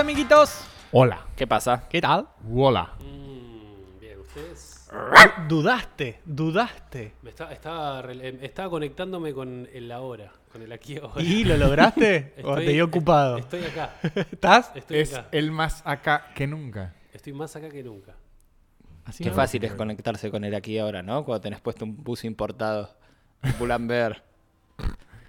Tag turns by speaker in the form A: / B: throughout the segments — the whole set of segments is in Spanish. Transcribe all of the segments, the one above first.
A: amiguitos.
B: Hola.
C: ¿Qué pasa?
A: ¿Qué tal?
B: Hola.
D: Bien, ustedes.
A: Dudaste, dudaste.
D: Me está, estaba, rel- em, estaba conectándome con el ahora, con el aquí ahora.
A: ¿Y lo lograste? ¿O
D: Estoy-
A: te dio ocupado?
D: Estoy acá.
A: ¿Estás?
D: Estoy
B: Es
D: acá.
B: el más acá que nunca.
D: Estoy más acá que nunca.
A: Así
C: Qué
A: no.
C: fácil es conectarse con él aquí y ahora, ¿no? Cuando tenés puesto un bus importado, un Pull&Bear.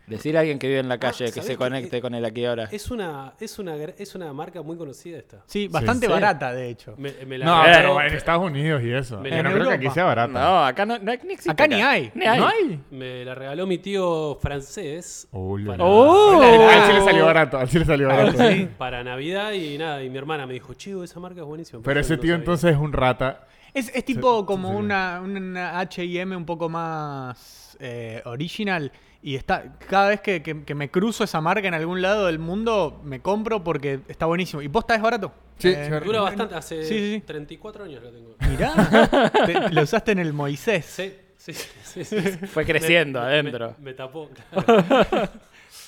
C: Decir a alguien que vive en la calle que
D: ¿sabés
C: se
D: qué?
C: conecte con él aquí y ahora.
D: Es una, es una, gra- es una marca muy conocida esta.
A: Sí, bastante
B: Sí, sí.
A: barata, de hecho.
D: Me, me la
B: No,
D: regaló-
B: pero en Estados Unidos y eso.
D: Me-
B: Eh. Yo no
A: en
B: creo que aquí
A: Europa.
B: sea barato.
C: No, acá no, no- ni existe
A: Acá ni hay.
C: Ni hay.
B: ¿No hay?
D: me la regaló mi tío francés
B: Oh, la,
D: para,
B: la.
A: Oh.
B: Al chile salió barato, al chile salió barato.
D: para Navidad y nada. Y mi hermana me dijo, chido, esa marca es buenísima.
B: Pero
D: Yo
B: ese
D: no
B: tío
D: sabía.
B: entonces es un rata.
A: Es, es tipo
B: Sí,
A: como
B: sí.
A: una, una H&M un poco más eh, original. Y está cada vez que, que- que me cruzo esa marca en algún lado del mundo, me compro porque está buenísimo. ¿Y posta es barato?
B: Sí,
A: Eh,
B: sí, barato.
D: Dura bastante, hace
A: Sí, sí, sí.
D: 34 años lo tengo.
A: Mirá, te- lo usaste en el Moisés.
D: Sí, sí, sí, sí, sí.
C: Fue creciendo
D: Me- me-
C: adentro.
D: Me, tapó, claro.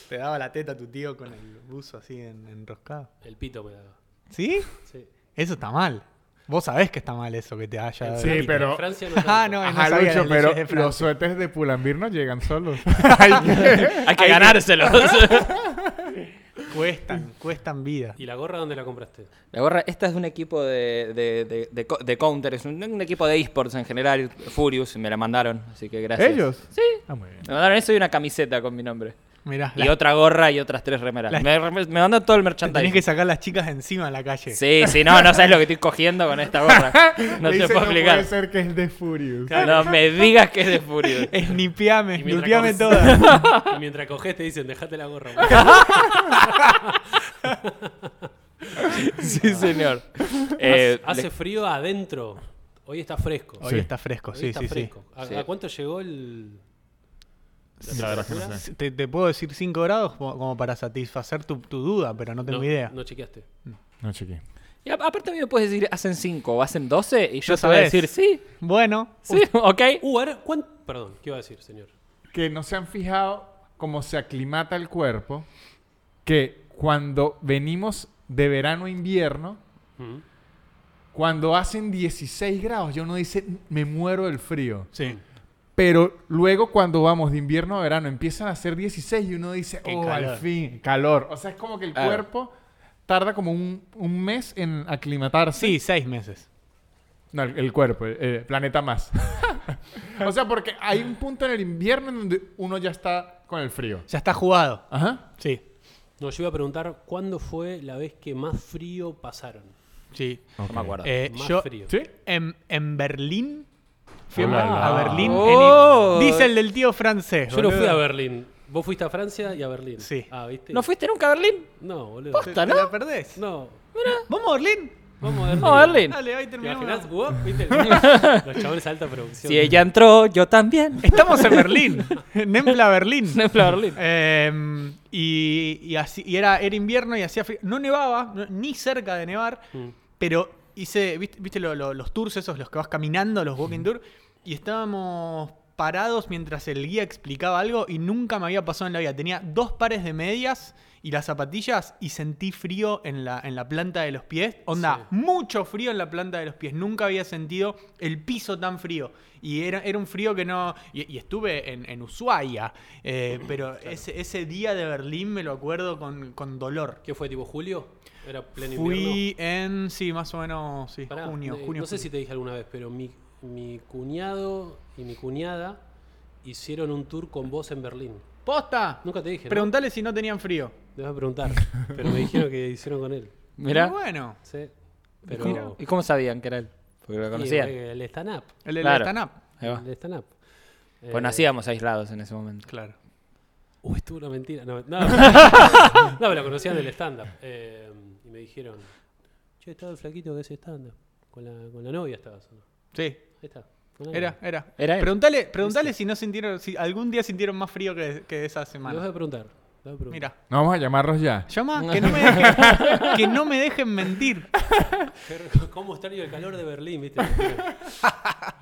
A: Te daba la teta tu tío con el buzo así en- enroscado.
D: El pito me daba.
A: ¿Sí?
D: Sí.
A: Eso está mal. Vos sabés que está mal eso que te haya dado.
B: Sí,
A: el
D: En
A: pito.
B: pero-
D: En Francia no.
A: Ah,
D: tanto.
A: no,
B: Ajá,
A: sabía
B: Lucho,
A: del
B: pero
A: Lille de Francia.
B: los suéteres de Pulambir no llegan solos. Hay que-
C: Hay que ganárselos.
A: Cuestan, cuestan vida.
D: ¿Y la gorra dónde la compraste?
C: La gorra, esta es de un equipo de, de, de- de co- de counter, es un, un equipo de esports en general, Furious, y me la mandaron, así que gracias.
B: ¿Ellos?
C: Sí.
B: Ah, muy bien.
C: Me mandaron eso y una camiseta con mi nombre.
A: Mirá,
C: Y
A: las-
C: otra gorra y otras tres remeras.
A: Las-
C: Me, me mandan todo el
A: te
C: merchandising.
A: tenés que sacar las chicas de encima de la calle.
C: Sí, sí, no, no sabes lo que estoy cogiendo con esta gorra. No
B: Le
C: te
B: dice,
C: puedo explicar.
B: puede ser que es de Furious.
C: No me digas que es de Furious.
A: Snipeame,
D: Y mientras
A: snipeame
D: coges-
A: todas.
D: Y mientras coges te dicen, dejate la gorra.
C: Sí, señor. Eh,
D: Hace
C: le-
D: frío adentro. Hoy está fresco.
A: Hoy
B: Sí.
A: está fresco,
D: Hoy
A: sí,
D: está
A: sí, sí.
D: fresco. ¿A,
C: Sí.
D: a cuánto llegó el...? la
B: La verdad que no
D: temperatura?
B: sé.
A: Te, te puedo decir 5 grados como, como para satisfacer tu, tu duda, pero no tengo
D: No,
A: idea.
D: no chequeaste.
B: No chequé.
C: y a- aparte a mí me puedes decir, hacen 5 o hacen 12 y yo
A: Ya
C: te voy a
A: sabes.
C: decir, sí,
A: Bueno,
C: sí, ok.
D: Uh, ahora, ¿cuán- Perdón, ¿qué iba a decir, señor?
B: que no se han fijado cómo se aclimata el cuerpo, que cuando venimos de verano a invierno,
D: Mm.
B: cuando hacen 16 grados, yo no dice, me muero del frío.
A: sí.
B: Pero luego cuando vamos de invierno a verano empiezan a hacer 16 y uno dice,
A: Qué
B: oh,
A: calor".
B: al fin, calor. O sea, es como que el
C: Claro.
B: cuerpo tarda como un, un mes en aclimatarse.
A: Sí, 6 meses.
B: No, el, el cuerpo, el, el planeta más. o sea, porque hay un punto en el invierno en donde uno ya está con el frío.
A: Ya está jugado.
B: Ajá.
A: Sí,
D: No, yo iba a preguntar, ¿cuándo fue la vez que más frío pasaron?
A: sí.
C: No me acuerdo.
A: Eh,
D: más
A: yo
D: frío.
B: ¿Sí?
A: en, en Berlín fui a-
B: Hola.
A: a Berlín.
C: Oh.
A: en- dice el del tío francés.
D: Yo no fui
A: boludo.
D: a Berlín. Vos fuiste a Francia y a Berlín.
A: Sí.
D: Ah, ¿viste?
C: ¿No fuiste nunca a Berlín?
D: No, boludo.
A: Te-
C: ¿Posta,
A: te
C: no?
A: la perdés.
D: No.
A: ¿Vamos a Berlín?
D: Vamos a Berlín.
C: No, Ah, a Berlín.
A: Dale, ahí
D: ¿Te imaginás?
A: terminamos.
D: Uop, ¿viste? Los chabones alta producción.
C: Si ella entró, yo también.
A: Estamos en Berlín. Nembla, Berlín.
C: No fue a Berlín.
A: Eh, y y así, y era, era invierno y hacía frío. No nevaba, no- ni cerca de nevar,
D: Mm.
A: pero hice, viste, viste lo- lo- los tours esos, los que vas caminando, los walking tour, y estábamos parados mientras el guía explicaba algo y nunca me había pasado en la vida. Tenía dos pares de medias y las zapatillas y sentí frío en la, en la planta de los pies. Onda,
D: Sí.
A: mucho frío en la planta de los pies. Nunca había sentido el piso tan frío. Y era, era un frío que no... Y, y estuve en, en Ushuaia, eh, pero ese, ese día de Berlín me lo acuerdo con, con dolor.
D: ¿Qué fue, tipo julio? Era pleno invierno.
A: Fui en, sí, más o menos, sí,
D: Pará,
A: junio,
D: eh,
A: junio.
D: No sé
A: julio.
D: si te dije alguna vez, pero mi, mi cuñado y mi cuñada hicieron un tour con vos en Berlín.
A: ¡Posta!
D: Nunca te dije. ¿no?
A: Preguntale si no tenían frío.
D: Debes preguntar. Pero me dijeron que hicieron con él.
A: Y
C: Mirá.
A: bueno,
D: Sí.
C: ¿Y
D: Pero.
C: cómo- ¿Y cómo sabían que era él? Porque lo
D: Sí,
C: conocían.
D: eh, el stand-up.
A: el del
C: Claro.
A: stand-up.
C: Ahí va.
D: El stand-up. Eh,
C: Pues nacíamos aislados en ese momento.
A: Claro.
D: Uy, estuvo una mentira. No, no, no, me lo conocían del stand-up. Eh, y me dijeron, che, estaba el flaquito que hace stand-up. Con la, con la novia estabas. ¿o no?
A: Sí,
D: Ahí está. con la
A: era,
D: novia.
A: era.
C: Era él.
A: Preguntale, preguntale si no sintieron, si algún día sintieron más frío que, que esa
D: Le voy
A: semana.
D: a preguntar. le voy a preguntar.
A: Mira.
B: No, vamos a llamarlos ya.
A: Llama, que no me dejen, que no me dejen mentir.
D: Qué- ¿Cómo extraño el calor de Berlín, viste? Re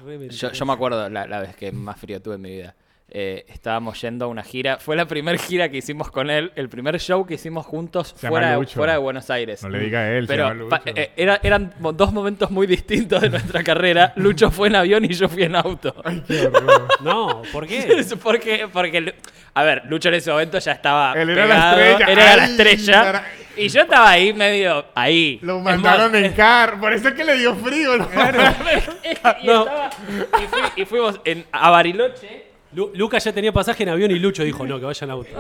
C: Yo,
D: mentira.
C: yo me acuerdo la, la vez que más frío tuve en mi vida. eh, estábamos yendo a una gira. Fue la primera gira que hicimos con él, el primer show que hicimos juntos
B: Se llama
C: fuera,
B: Lucho.
C: fuera de Buenos Aires.
B: No le diga a él, se llama
C: Pero
B: Lucho.
C: pa- eh, era- eran mo- dos momentos muy distintos de nuestra carrera. Lucho fue en avión y yo fui en auto.
B: Qué horror.
D: No, ¿por qué?
C: porque, porque, Lu- a ver, Lucho en ese momento ya estaba.
B: Él era la
C: pegado,
B: estrella.
C: él era la
B: Ay,
C: estrella.
B: cara-
C: Y yo estaba ahí medio. Ahí.
B: Lo
C: Es
B: mandaron
C: más, eh,
B: en car. Por eso es que le dio frío. ¿no?
C: y, estaba- y fui- y fuimos en, a Bariloche.
D: Lu- Luca ya tenía pasaje en avión y Lucho dijo, no, que vaya en auto.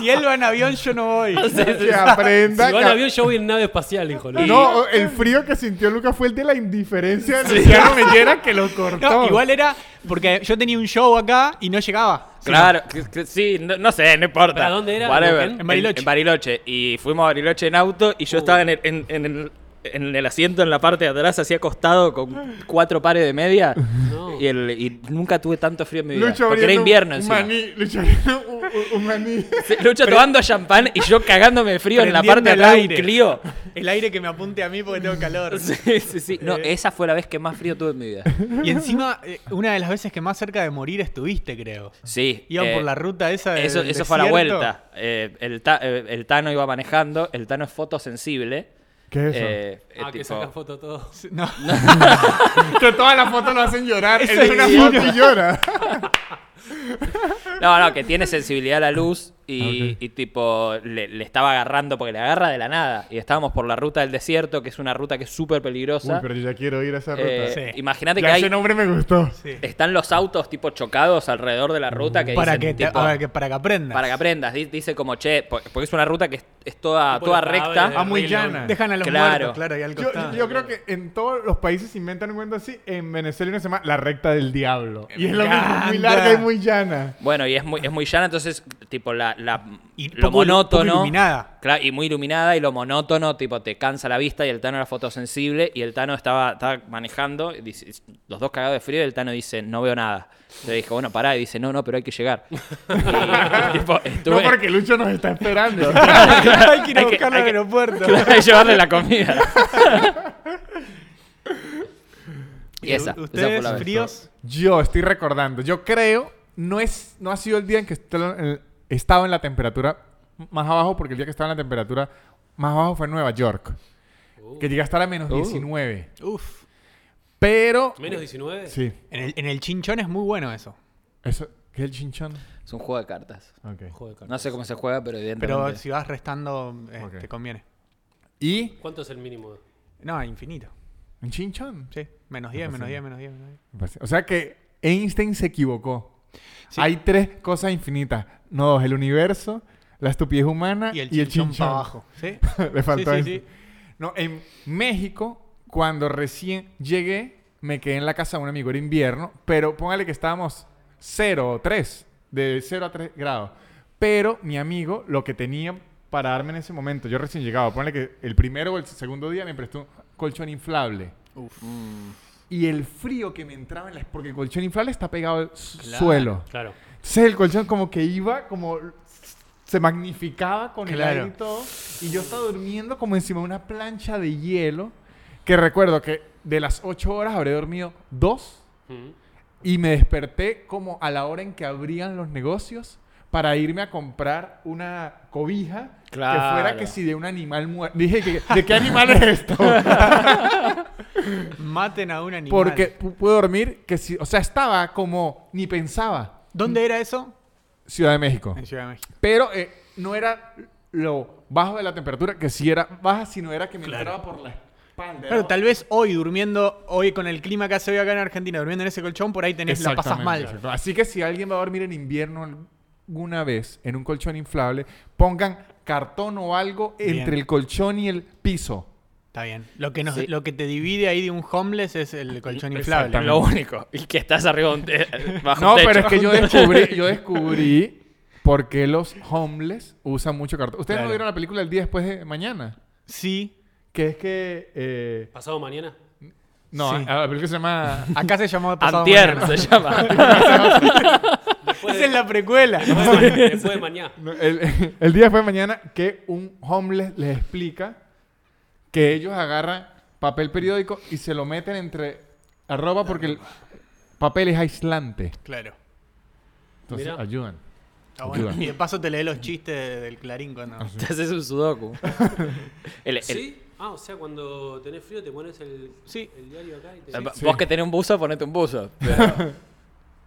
A: Si él va en avión, yo no voy.
B: Que aprenda.
D: Si va en
B: que-
D: avión, yo voy en nave espacial, dijo Lucho.
B: No, el frío que sintió Lucas fue el de la indiferencia de Luciano Mellera que lo cortó.
A: No, igual era porque yo tenía un show acá y no llegaba.
C: Claro, que- que sí, no, no sé, no importa.
D: ¿Pero dónde era?
C: Whatever.
D: ¿En Uh.
A: En Bariloche.
C: En, Bariloche. Y fuimos a Bariloche en auto y yo estaba en el, en, en el, en el asiento en la parte de atrás, así acostado con cuatro pares de media.
D: No.
C: Y, el, y nunca tuve tanto frío en mi vida.
B: Lucho
C: porque
B: abriendo
C: era invierno
B: un
C: encima.
B: maní. Lucho abriendo un, un- un maní.
C: Sí, Lucho tomando champán y yo cagándome de frío en la parte de
A: Prendiendo
C: atrás
A: el
C: de un
A: aire.
C: Clio.
A: El aire que me apunte a mí porque tengo calor.
C: Sí, sí, sí. No,
A: Eh.
C: esa fue la vez que más frío tuve en mi vida.
A: Y encima, eh, una de las veces que más cerca de morir estuviste, creo.
C: Sí.
A: Iban
C: eh,
A: por la ruta esa de.
C: Eso, eso fue a la vuelta. Eh, el, ta- eh, el Tano iba manejando. El Tano es fotosensible.
B: ¿Qué es eso?
C: Eh, eh,
D: Ah, que
C: tipo-
D: sacan foto todos.
A: No.
B: Que todas las fotos lo hacen llorar. Él
A: Eso
B: ve una
A: es
B: foto y llora.
C: No, no, que tiene sensibilidad a la luz y, y tipo le, le estaba agarrando porque le agarra de la nada. Y estábamos por la ruta del desierto, que es una ruta que es súper
B: Uy,
C: peligrosa.
B: pero yo ya quiero ir a esa ruta.
C: Eh,
A: Sí.
C: Imagínate
B: Ya
C: que hay,
B: ese nombre me gustó.
A: Sí.
C: están los autos tipo chocados alrededor de la ruta que
A: Para que,
C: dicen
A: te-
C: tipo,
A: a ver, que- para que aprendas.
C: para que aprendas. Di- Dice como che, po- porque es una ruta que es, es toda,
D: Tipo
C: toda
D: los cadáveres
C: recta.
D: de
B: Ah, muy
D: Raylan.
B: llana.
A: Dejan a los
C: Claro.
A: muertos, claro, ahí al
B: Yo,
A: costado.
B: yo creo que en todos los países inventan un cuento así. En Venezuela uno se llama La Recta del Diablo. Y es lo mismo,
A: encanta.
B: muy larga y muy llana.
C: Bueno, y es muy, es muy llana, entonces, tipo, la, la-
A: Y
C: lo
A: poco ilu-
C: monótono.
A: poco iluminada.
C: Claro, y muy iluminada, y lo monótono, tipo, te cansa la vista, y el Tano era fotosensible, y el Tano estaba, estaba manejando, y dice- los dos cagados de frío, y el Tano dice, no veo nada. Le dije, bueno, pará, y dice, no, no, pero hay que llegar. Y, tipo,
B: No
C: estuve-
B: porque Lucho nos está esperando.
A: hay que ir a
C: Hay que-
A: buscarlo
C: hay
A: al
C: que-
A: aeropuerto.
C: Claro, hay que llevarle la comida. y
A: ¿Y
C: esa, esa fue
A: ¿Ustedes
C: la vez.
A: fríos?
B: Yo estoy recordando. Yo creo, no, es, no ha sido el día en que estel- el- he estado en la temperatura más abajo, porque el día que estaba en la temperatura más abajo fue en Nueva York. Que llegué a estar a
A: Oh.
B: menos 19.
A: Uf.
B: Pero.
D: Uh. Menos 19.
B: Sí.
A: En el, en el chinchón es muy bueno eso.
B: Eso, ¿Qué es el chinchón?
C: Es un juego de cartas.
B: Ok.
D: Joder, Carlos.
C: No sé cómo se juega,
A: Pero
C: pero evidentemente...
A: si vas restando, eh,
B: Ok.
A: te conviene.
B: Y.
D: ¿Cuánto es el mínimo?
A: No, infinito.
B: ¿Un chinchón?
A: Sí. Menos 10, menos 10, menos 10, menos 10.
B: Me parece- O sea que Einstein se equivocó.
A: Sí.
B: Hay tres cosas infinitas. No, dos, el universo, la estupidez humana
A: Ah, Y el chinchón para abajo. ¿Sí?
B: Le faltó
A: Sí,
B: eso.
A: sí,
B: No, en México, cuando recién llegué, me quedé en la casa de un amigo. Era invierno, pero póngale que estábamos 0 o 3, de 0 a 3 grados. Pero mi amigo, lo que tenía para darme en ese momento, yo recién llegaba, póngale que el primero o el segundo día me prestó un colchón inflable. Y el frío que me entraba en la... Porque el colchón inflable está pegado al s- suelo.
D: Claro.
B: Entonces el colchón como que iba, como se magnificaba con el
A: Claro.
B: aire y todo. Y yo estaba durmiendo como encima de una plancha de hielo. Que recuerdo que de las 8 horas habré dormido 2
D: Mm.
B: y me desperté como a la hora en que abrían los negocios para irme a comprar una cobija que fuera
C: Claro.
B: que si de un animal muerto. Dije, que, ¿de qué animal es esto?
A: Maten a un animal.
B: Porque pu- pude dormir que si, o sea, estaba como ni pensaba.
A: ¿Dónde era eso?
B: Ciudad de México.
A: En Ciudad de México.
B: Pero eh, no era lo bajo de la temperatura, que sí era baja, sino era que me entraba por la espalda.
A: Claro,
B: Era-
A: tal vez hoy durmiendo, hoy con el clima que hace hoy acá en Argentina, durmiendo en ese colchón, por ahí tenés, la pasas
B: Exactamente,
A: mal.
B: exacto. Así que si alguien va a dormir en invierno alguna vez en un colchón inflable, pongan cartón o algo
A: Bien.
B: entre el colchón y el piso.
A: Está bien. Lo que, nos,
C: Sí.
A: lo que te divide ahí de un homeless es el colchón
B: Exactamente.
A: inflable.
C: Lo único. Y que estás arriba de un te- bajo
B: No,
C: un techo.
B: pero es que yo descubrí, yo descubrí por qué los homeless usan mucho cartón. ¿Ustedes no
A: Claro.
B: vieron la película El día después de mañana?
A: Sí.
B: Que es que... eh,
D: ¿Pasado mañana?
B: no,
A: Sí.
B: a- a la película se llama...
A: Acá se llamó pasado
C: Antier
A: mañana.
C: se llama.
D: Después
A: Esa
D: de,
A: es la precuela.
D: después de- después de mañana.
B: No, El, el día fue mañana que un homeless les explica que ellos agarran papel periódico y se lo meten entre arroba porque el papel es aislante.
A: Claro.
B: Entonces,
D: Mirá.
B: ayudan.
A: Ah, bueno.
B: Ayudan.
A: Y de paso te leí los chistes del clarín cuando.
B: Ah,
C: Te haces un sudoku. El- el-
D: ¿Sí? Ah, o sea, cuando tenés frío te pones el,
A: Sí.
D: el diario acá y te...
C: el-
B: Sí.
C: eh, Vos que tenés un buzo, ponete un buzo. Pero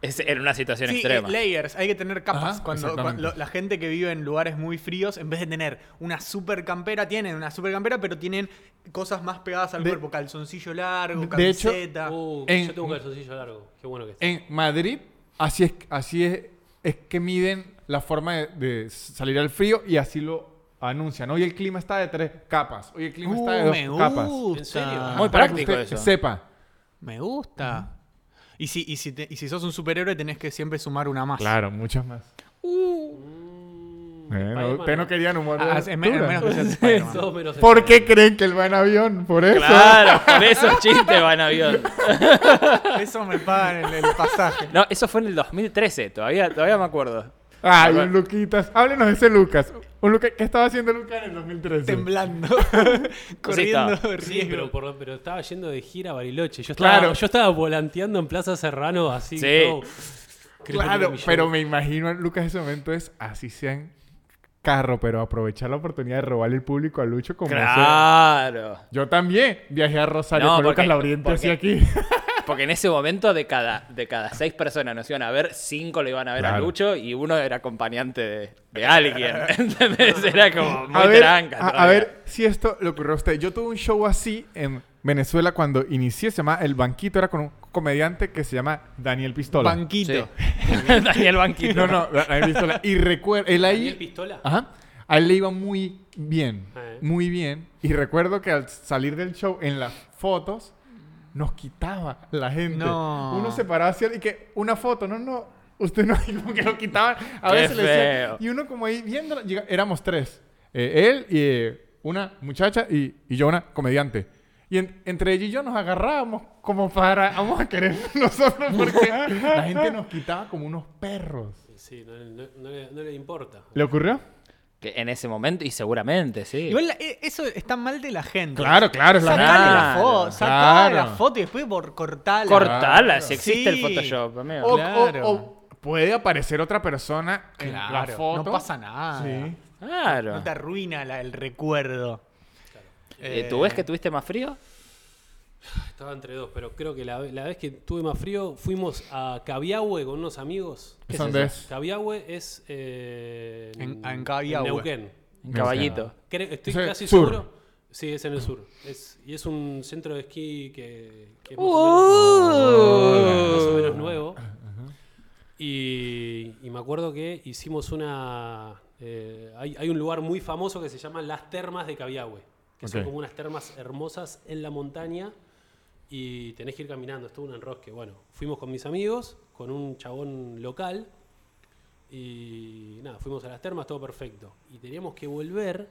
C: es en una situación
A: Sí,
C: extrema.
A: eh, layers, hay que tener capas.
B: Ajá,
A: cuando
B: exactamente.
A: cuando lo- la gente que vive en lugares muy fríos, en vez de tener una super campera, tienen una super campera, pero tienen cosas más pegadas al
B: De-
A: cuerpo, calzoncillo largo,
B: de hecho- Oh,
A: camiseta.
D: Uh,
B: En-
D: yo tengo un calzoncillo largo. Qué bueno que está.
B: En Madrid, así es, así es, es que miden la forma de, de salir al frío y así lo anuncian. Hoy el clima está de tres capas. Hoy el clima está de
A: Uh,
B: dos
A: me
B: capas.
A: gusta.
D: ¿En serio?
B: Ajá,
C: Muy
B: para que
C: práctico
B: usted
C: eso.
B: Sepa.
A: Ah, Me gusta. Y si, y, si te- y si sos un superhéroe, tenés que siempre sumar una más. Uh.
B: Claro, muchas más.
D: Mm,
B: Bueno,
D: Spider-Man,
B: ustedes no
D: ¿no?
B: querían humor de
A: Ah, es me- es
B: altura.
A: menos que seas Spider-Man.
D: Todo menos el-
B: ¿Por qué creen que él va en avión? Por eso.
C: Claro, por esos chistes van avión.
A: Eso me pagan el, el pasaje.
C: No, eso fue en el 2013, todavía, todavía me acuerdo.
B: Ay, un Luquitas. Háblenos de ese Lucas. Un Lucas- ¿Qué estaba haciendo Lucas en el 2013?
A: Temblando. corriendo.
C: estaba.
A: de
D: Sí,
A: riesgo.
D: pero, por- pero estaba yendo de gira a Bariloche. Yo estaba,
B: Claro.
D: yo estaba volanteando en Plaza Serrano así.
C: Sí.
D: todo. Creo que tenía
B: Claro,
D: un millón.
B: pero me imagino a Lucas en ese momento es así sean carro, pero aprovechar la oportunidad de robarle el público a Lucho como sea.
C: Claro.
B: Yo también viajé a Rosario
C: No,
B: con
C: porque-
B: Lucas Lauriente así aquí.
C: Porque en ese momento de cada, de cada seis personas nos iban a ver, cinco lo iban a ver a
B: Claro.
C: Lucho y uno era acompañante de, de alguien. ¿Entendés? Era como muy
B: a, ver,
C: tranca.
B: a- a,
C: todavía.
B: ver si esto lo ocurrió a usted. Yo tuve un show así en Venezuela cuando inicié, se llama El Banquito, era con un comediante que se llama Daniel Pistola.
A: Banquito.
C: Sí. Daniel Banquito.
B: no, no, Daniel Pistola. Y recuerdo, él ahí... Ah.
D: ¿Daniel Pistola?
B: Ajá. A él le iba muy bien.
D: Ah, ¿eh?
B: Muy bien. Y recuerdo que al salir del show, en las fotos, nos quitaba la gente.
A: No.
B: Uno se paraba así y que una foto, no, no. Usted no, y como que lo quitaban. A
C: Qué
B: veces le decía.
C: feo.
B: Y uno como ahí viendo, llega- éramos tres. Eh, él y eh, una muchacha y, y yo una comediante. Y en- entre ella y yo nos agarrábamos como para, vamos a querer nosotros, porque la gente nos quitaba como unos perros.
D: Sí, no, no- no le, no le importa.
B: ¿Le ocurrió?
C: Que en ese momento, y seguramente, sí.
A: Igual eh, eso está mal de la gente.
B: claro, es
A: Sacale la
C: Claro,
A: foto, sacale la
B: claro.
A: foto y después por cortarla.
C: Cortala, si existe el
A: Sí.
C: Photoshop, amigo.
B: O,
A: Claro.
B: o- o puede aparecer otra persona en
A: Claro,
B: la foto.
A: No pasa nada.
B: Sí.
C: Claro.
A: No te arruina la- el recuerdo.
C: Eh, ¿Tú ves que tuviste más frío?
D: Estaba entre dos, pero creo que la, ve- la vez que tuve más frío fuimos a Cabiahue con unos amigos.
B: ¿Qué
C: es
B: ¿Dónde
C: eso?
B: es?
D: Cabiahue es eh,
A: En- en Cabiahue.
D: Neuquén.
C: En
B: No
C: caballito.
D: Creo- estoy
B: Es el
D: casi
B: sur.
D: seguro. Sí, es en el sur. Es, y es un centro de esquí que, que es más, o menos, más o menos nuevo.
B: Ah,
D: Y, y me acuerdo que hicimos una... eh, hay, hay un lugar muy famoso que se llama Las Termas de Cabiahue, que son
B: Ok.
D: como unas termas hermosas en la montaña y tenés que ir caminando, es todo un enrosque. Bueno, fuimos con mis amigos, con un chabón local y nada, fuimos a las termas, todo perfecto. Y teníamos que volver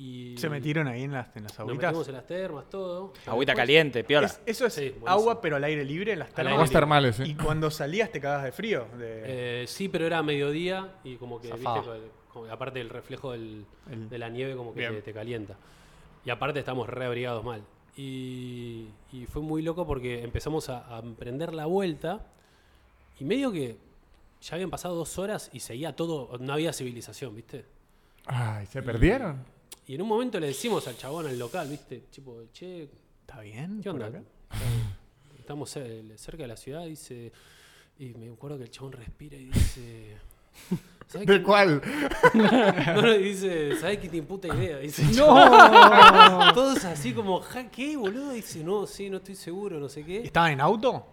D: y...
A: Se metieron ahí en las, en las
D: Nos
A: agüitas.
D: metimos en las termas, todo. Pero
C: Agüita
D: después-
C: caliente, piola.
A: Es- eso es
D: Sí, buenísimo.
A: agua, pero al aire libre en las
D: Al
A: termas.
B: Aguas
D: aire
B: termales, sí.
A: Y cuando salías te cagabas de frío. de-
D: Eh, sí, pero era a mediodía y como que,
A: Zafá.
D: viste, co- como- aparte del reflejo del-
A: El-
D: de la nieve como que
A: Bien.
D: te, te calienta. Y aparte estamos reabrigados mal. Y, y fue muy loco porque empezamos a, a emprender la vuelta y medio que ya habían pasado dos horas y seguía todo, no había civilización, ¿viste?
B: Ay, se perdieron.
D: Y en un momento le decimos al chabón, al local, ¿viste? Tipo, che,
A: ¿Está bien?
D: ¿Qué
A: por
D: onda?
A: acá?
D: Estamos cer- cerca de la ciudad, dice. Y me acuerdo que el chabón respira y dice. ¿Sabes
B: ¿De cuál?
D: No, no, y dice, ¿sabes qué tiene puta idea? Dice,
A: ¡No!
D: Todos así como, "Ja, ¿qué, boludo? Dice, no, sí, no estoy seguro, no sé qué.
A: ¿Estaban en auto?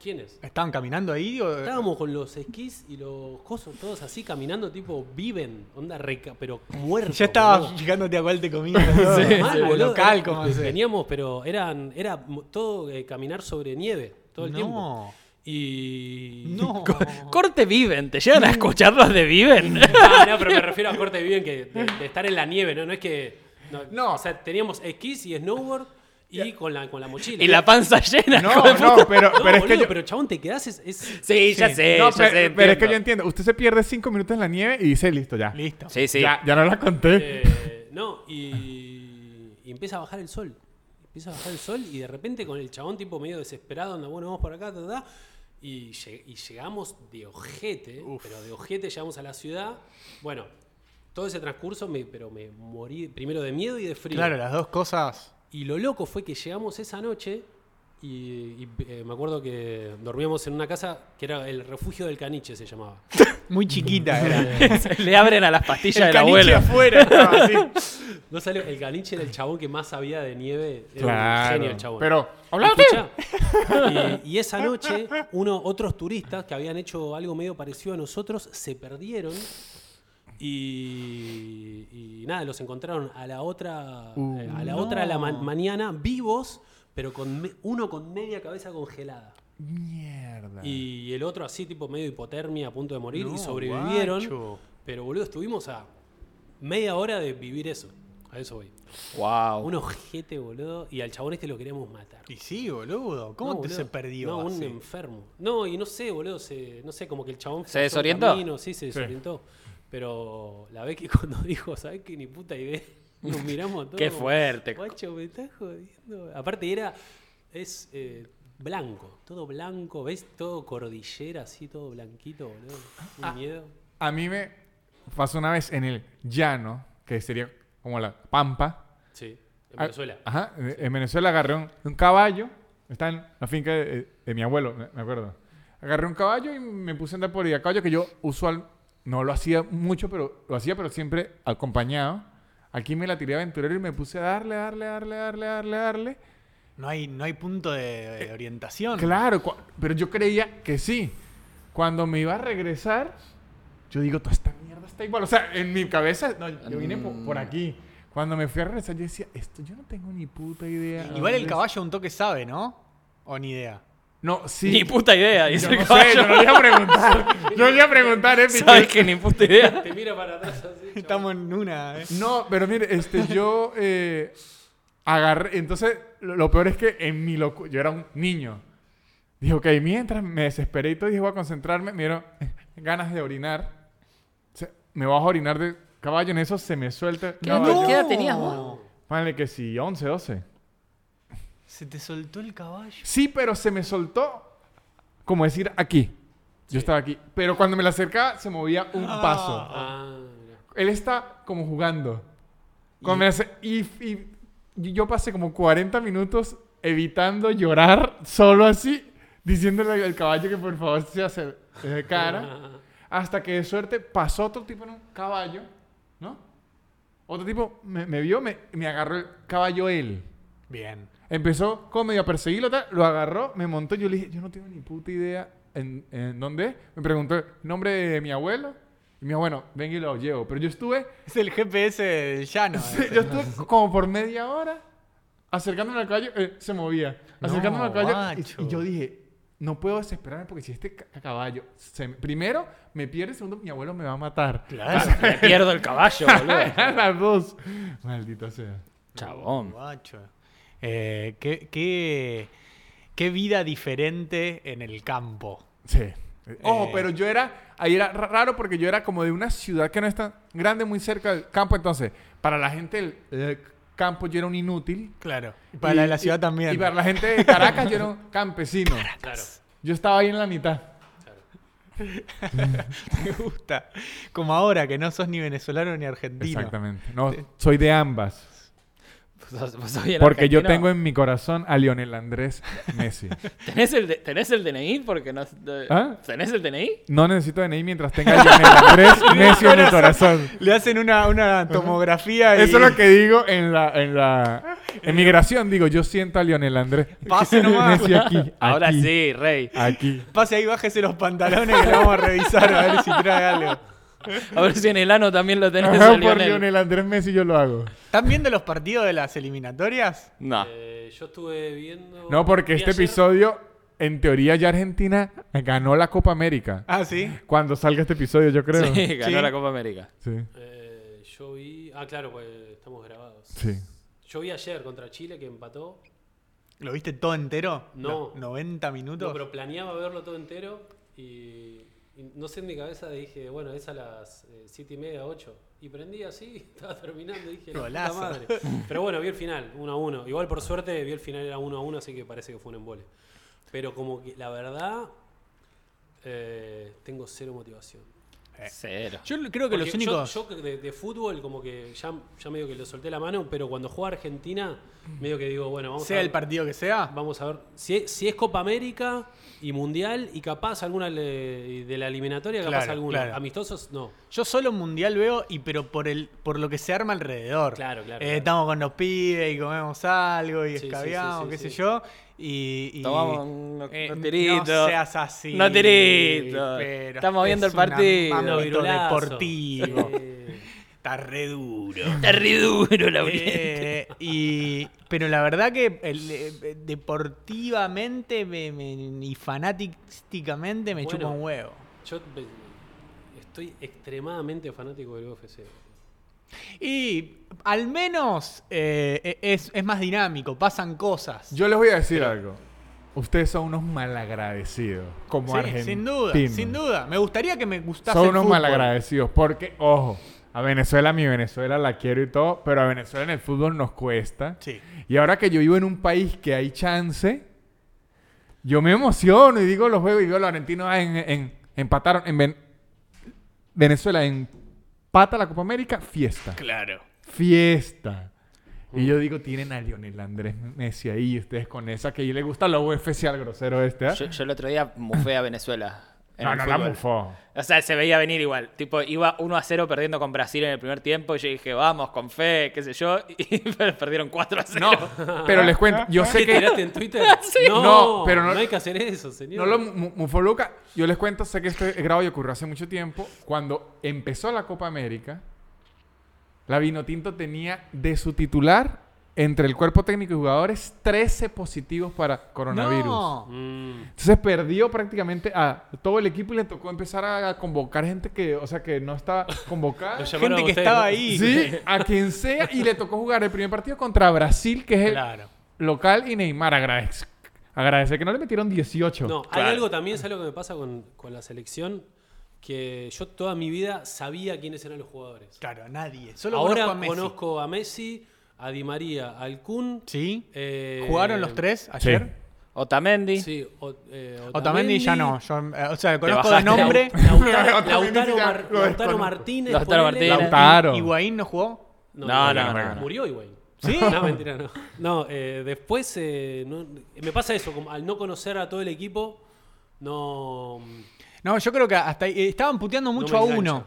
D: ¿Quiénes?
A: ¿Estaban caminando ahí? o-
D: Estábamos con los esquís y los cosos, todos así caminando, tipo, viven, onda reca, pero muerto.
A: Ya estaba
D: boludo.
A: fijándote a cuál te comías.
D: Mal, boludo,
A: local,
D: era-
A: como se.
D: Veníamos, pero eran, era mo- todo eh, caminar sobre nieve, todo el tiempo.
A: No.
D: Y.
A: No.
C: Corte Viven, ¿te llegan a escuchar los de Viven?
D: No, Ah, no, pero me refiero a corte bien que de, de estar en la nieve, ¿no? No es que. No,
B: No.
D: O sea, teníamos esquís y snowboard y con, la, con la mochila.
C: Y la panza llena.
B: No,
C: hijo de puta.
B: no, pero,
D: No,
B: pero es
D: boludo,
B: que yo...
D: pero chabón, te quedás. Es, es-
C: Sí, ya
A: Sí.
C: sé,
B: no,
C: ya
B: pero,
C: sé,
B: pero es que yo
C: entiendo.
B: entiendo. Usted se pierde cinco minutos en la nieve y dice, listo, ya.
A: Listo.
C: Sí, sí.
B: Ya, ya no la conté.
D: eh, no, y, y empieza a bajar el sol. Empieza a bajar el sol y de repente con el chabón, tipo medio desesperado, anda, bueno, vamos por acá, ta, ta, ta, Y, lle- y llegamos de ojete, pero de ojete llegamos a la ciudad. Bueno, todo ese transcurso, me, pero me morí primero de miedo y de frío.
A: Claro, las dos cosas.
D: Y lo loco fue que llegamos esa noche y, y, eh, me acuerdo que dormíamos en una casa que era el refugio del caniche, se llamaba.
A: Muy chiquita era.
C: Le abren a las pastillas
A: El
C: del
A: caniche
C: abuelo.
A: afuera estaba así.
D: No salió, el caniche era el chabón que más sabía de nieve. Era un
B: Claro.
D: genio el chabón.
B: Pero,
D: ¿Me
B: ¿hablaba usted?
D: escucha? y, y esa noche, uno, otros turistas que habían hecho algo medio parecido a nosotros se perdieron. Y, y nada, los encontraron a la otra,
A: Uh,
D: eh, a la otra de la ma- mañana vivos, pero con me- uno con media cabeza congelada.
B: Mierda.
D: Y el otro así, tipo medio hipotermia, a punto de morir,
A: No,
D: y sobrevivieron.
A: guacho.
D: Pero boludo, estuvimos a media hora de vivir eso. A eso voy.
A: Oh.
C: Wow.
D: Un ojete, boludo. Y al chabón este lo queríamos matar.
A: Y sí, boludo. ¿Cómo
D: No,
A: te se
D: boludo.
A: perdió?
D: No, un
A: así?
D: enfermo. No, y no sé, boludo. se- no sé, como que el chabón.
C: ¿Se
D: pasó el
C: desorientó?
D: camino, sí, se desorientó. Pero la vez que cuando dijo, ¿sabes qué? Ni puta idea. Nos miramos todos.
C: Qué
D: como,
C: fuerte.
D: Guacho, me estás jodiendo. Aparte, era. Es eh, blanco, todo blanco. ¿Ves? Todo cordillera, así, todo blanquito, boludo. Un miedo.
B: A mí me pasó una vez en el llano, que sería como la pampa.
D: Sí, en
B: Ah,
D: Venezuela.
B: Ajá, en en Venezuela agarré un, un caballo. Está en la finca de, de mi abuelo, me me acuerdo. Agarré un caballo y me puse a andar por ahí. A caballo que yo usual no lo hacía mucho, pero lo hacía, pero siempre acompañado. Aquí me la tiré aventurero y me puse a darle, darle, darle, darle, darle, darle.
A: No hay, no hay punto de, de orientación.
B: Claro, cua- pero yo creía que sí. Cuando me iba a regresar, yo digo, toda esta mierda está igual. O sea, en mi cabeza, no, yo vine po- por,
A: Mm.
B: aquí. Cuando me fui a regresar, yo decía, esto yo no tengo ni puta idea.
A: Igual el
B: ¿Dónde
A: caballo un toque sabe, ¿no? O ni idea.
B: No, sí.
C: Ni puta idea, dice
B: yo
C: el
B: no sé,
C: caballo.
B: yo no le iba a preguntar. yo le iba a preguntar, eh,
C: Sabes
B: Peter.
C: que ni puta idea.
D: Te mira para atrás así. chabón.
A: Estamos en una. eh.
B: No, pero mire, este, yo eh, agarré. Entonces, lo, lo peor es que en mi locura. Yo era un niño. Dije, ok, mientras me desesperé y todo, dije, voy a concentrarme. Me dieron ganas de orinar. Se- me bajo a orinar de caballo. En eso se me suelta. el
C: ¿Qué edad-
B: caballo.
C: qué edad tenías vos?
B: Ponle que sí, 11, 12.
A: Se te soltó el caballo.
B: Sí, pero se me soltó. Como decir, aquí. Yo estaba aquí. Pero cuando me la acercaba, se movía un paso.
D: Ah, mira.
B: Él está como jugando. Cuando me hace- Y, y- y yo pasé como 40 minutos evitando llorar solo así, diciéndole al- al caballo que por favor se hace de cara. Hasta que de suerte pasó otro tipo en un caballo, ¿no? Otro tipo me, me vio, me, me agarró el caballo él.
A: Bien.
B: Empezó como medio a perseguirlo, tal, lo agarró, me montó. Yo le dije, yo no tengo ni puta idea en, en dónde. es". Me preguntó el nombre de mi abuelo. Y me dijo, bueno, venga y lo llevo. Pero yo estuve
A: Es el GPS del llano. eh.
B: Sí,
A: ese.
B: yo estuve como por media hora acercándome al caballo, eh, se movía. Acercándome al caballo.
A: guacho.
B: Y, y yo dije, no puedo desesperarme porque si este ca- caballo, se me- primero me pierde, segundo mi abuelo me va a matar.
A: Claro.
C: Me pierdo el caballo, boludo.
B: Las dos. Maldito sea.
C: Chabón.
A: Guacho. Eh, qué, qué, qué vida diferente en el campo.
B: Sí. Ojo,
A: Eh.
B: pero yo era, ahí era ra- raro porque yo era como de una ciudad que no es tan grande, muy cerca del campo. Entonces, para la gente del del campo yo era un inútil.
A: Claro. Y para la de la ciudad
B: y-
A: también.
B: Y para la gente de Caracas yo era un campesino.
D: claro.
B: Yo estaba ahí en la mitad.
A: Me gusta. Como ahora, que no sos ni venezolano ni argentino.
B: Exactamente. No, soy de ambas.
C: Vos- vos sos bien
B: Porque yo tengo
C: argentino.
B: en mi corazón a Lionel Andrés Messi.
C: ¿Tenés el, de- ¿Tenés el DNI? Porque no. de-
B: ¿Ah?
C: ¿Tenés el DNI?
B: No necesito DNI mientras tenga a Lionel Andrés Messi en mi corazón.
A: Le hacen una, una tomografía y
B: Eso es lo que digo en la, en la en migración. Digo, yo siento a Lionel Andrés
A: Pase nomás.
B: Messi aquí.
C: Ahora
B: aquí,
C: sí, rey.
B: Aquí.
A: pase ahí, bájese los pantalones que lo vamos a revisar a ver si trae algo.
C: A ver si en Este el ano también lo tenés.
B: Ajá,
C: a
B: por
C: Lionel.
B: Lionel Andrés Messi yo lo hago.
A: ¿Están viendo los partidos de las eliminatorias?
C: No.
D: Eh, yo estuve viendo.
B: No, porque
D: vi
B: este
D: ayer-
B: episodio, en teoría ya Argentina ganó la Copa América.
A: Ah, sí.
B: Cuando salga este episodio, yo creo.
C: Sí, ganó
A: Sí.
C: la Copa América.
B: Sí.
D: Eh, yo vi. Ah, claro, pues estamos grabados.
B: Sí.
D: Yo vi ayer contra Chile que empató.
A: ¿Lo viste todo entero?
D: No.
A: No, 90
D: No,
A: minutos.
D: pero planeaba verlo todo entero y, y no sé en mi cabeza dije, bueno, es a las 7 y media, 8. Y prendí así, estaba terminando y dije, la puta
A: Golazo.
D: madre. Pero bueno, vi el final, 1 a 1. Igual por suerte vi el final era 1 a 1, así que parece que fue un embole. Pero como que la verdad, eh, tengo cero motivación.
C: Cero.
A: Eh. Yo creo que
D: Porque
A: los únicos.
D: Yo, yo de, de fútbol, como que ya, ya medio que le solté la mano, pero cuando juega Argentina, medio que digo, bueno, vamos
A: sea
D: a
A: el
D: ver,
A: partido que sea.
D: vamos a ver si es, si es Copa América y Mundial y capaz alguna le- de la eliminatoria, capaz
A: Claro,
D: alguna.
A: claro.
D: Amistosos, no.
A: Yo solo mundial veo, y pero por el por lo que se arma alrededor.
D: Claro, claro,
A: Eh,
D: claro.
A: Estamos con los pibes y comemos algo y
D: Sí, sí,
A: escabeamos,
D: sí, sí,
A: qué
D: sí.
A: sé yo. Y, y-
C: Tomamos unos
A: Eh,
C: tiritos.
A: No seas así.
C: Unos tiritos.
A: pero
C: Estamos viendo
A: es
C: el partido.
A: un ámbito
D: Virulazo.
A: deportivo.
D: Eh,
A: Está re duro.
C: Está re duro la
A: Eh, y, pero la verdad que el- eh, deportivamente me- me- y fanáticamente me
D: Bueno.
A: chupa un huevo.
D: yo pe- estoy extremadamente fanático del UFC.
A: Y al menos eh, e- es, es más dinámico, pasan cosas.
B: Yo les voy a decir algo. Ustedes son unos malagradecidos como
A: Sí,
B: argentinos.
A: sin duda, sin duda. Me gustaría que me gustase
B: Son
A: el
B: unos
A: fútbol.
B: malagradecidos porque, ojo, a Venezuela, mi Venezuela la quiero y todo, pero a Venezuela en el fútbol nos cuesta.
A: Sí.
B: Y ahora que yo vivo en un país que hay chance, yo me emociono y digo los juegos y digo los argentinos ah, en, en- empataron en Ven- Venezuela, empata la Copa América, fiesta.
A: Claro.
B: Fiesta. Y
C: Mm.
B: yo digo, tienen a Lionel Andrés Messi ahí, y ustedes con esa que le gusta la UFC al grosero este. ¿ah?
C: Yo, yo el otro día mufé a Venezuela. en
B: no,
C: el
B: no, la
C: fútbol.
B: mufó.
C: O sea, se veía venir igual. Tipo, iba 1 a 0 perdiendo con Brasil en el primer tiempo. Y yo dije, vamos, con fe, qué sé yo. Y perdieron 4 a 0.
B: Pero les cuento, yo sé
D: ¿Qué
B: que...
D: tiraste en Twitter? No,
B: No, pero
D: pero
B: no-
D: no, hay que hacer eso, señor.
B: No lo mu- mufó Luca. Yo les cuento, sé que este grado ya ocurrió hace mucho tiempo. Cuando empezó la Copa América, la Vinotinto tenía de su titular, entre el cuerpo técnico y jugadores, 13 positivos para coronavirus.
A: No.
D: Mm.
B: Entonces perdió prácticamente a todo el equipo y le tocó empezar a convocar gente que, o sea, que no estaba convocada.
D: Lo llamaron
A: Gente
D: a
A: que
D: ustedes,
A: estaba
D: ¿no?
A: ahí.
B: sí, a quien sea. Y le tocó jugar el primer partido contra Brasil, que es el
A: Claro.
B: local, y Neymar agradece. Agradece que no le metieron 18.
D: No,
C: Claro.
D: hay algo también, ¿sabes lo que me pasa con, con la selección? Que yo toda mi vida sabía quiénes eran los jugadores.
A: Claro, nadie. Solo
D: Ahora
A: conozco a Messi.
D: conozco a Messi, a Di María, al Kun.
A: Sí.
D: eh,
A: ¿Jugaron los tres ayer?
B: Sí.
C: Otamendi.
D: Sí, o, eh,
A: Otamendi ya no. Yo, eh, o sea, conozco de
C: bajaste.
A: nombre.
D: Lautaro,
B: Otamendi
D: Lautaro
B: ya
D: Mar-
B: lo
D: Lautaro
B: desconozco.
D: Martínez.
C: Lautaro
D: ponele.
C: Martínez.
B: Lautaro.
A: Higuaín no jugó.
C: No,
D: Higuaín.
C: no, no, no.
D: Murió Higuaín.
A: ¿Sí?
D: No, mentira, no. No, eh, después eh, no- me pasa eso, como al no conocer a todo el equipo, no...
A: No, yo creo que hasta ahí- eh, estaban puteando mucho
D: me
A: a
D: engancha.
A: uno.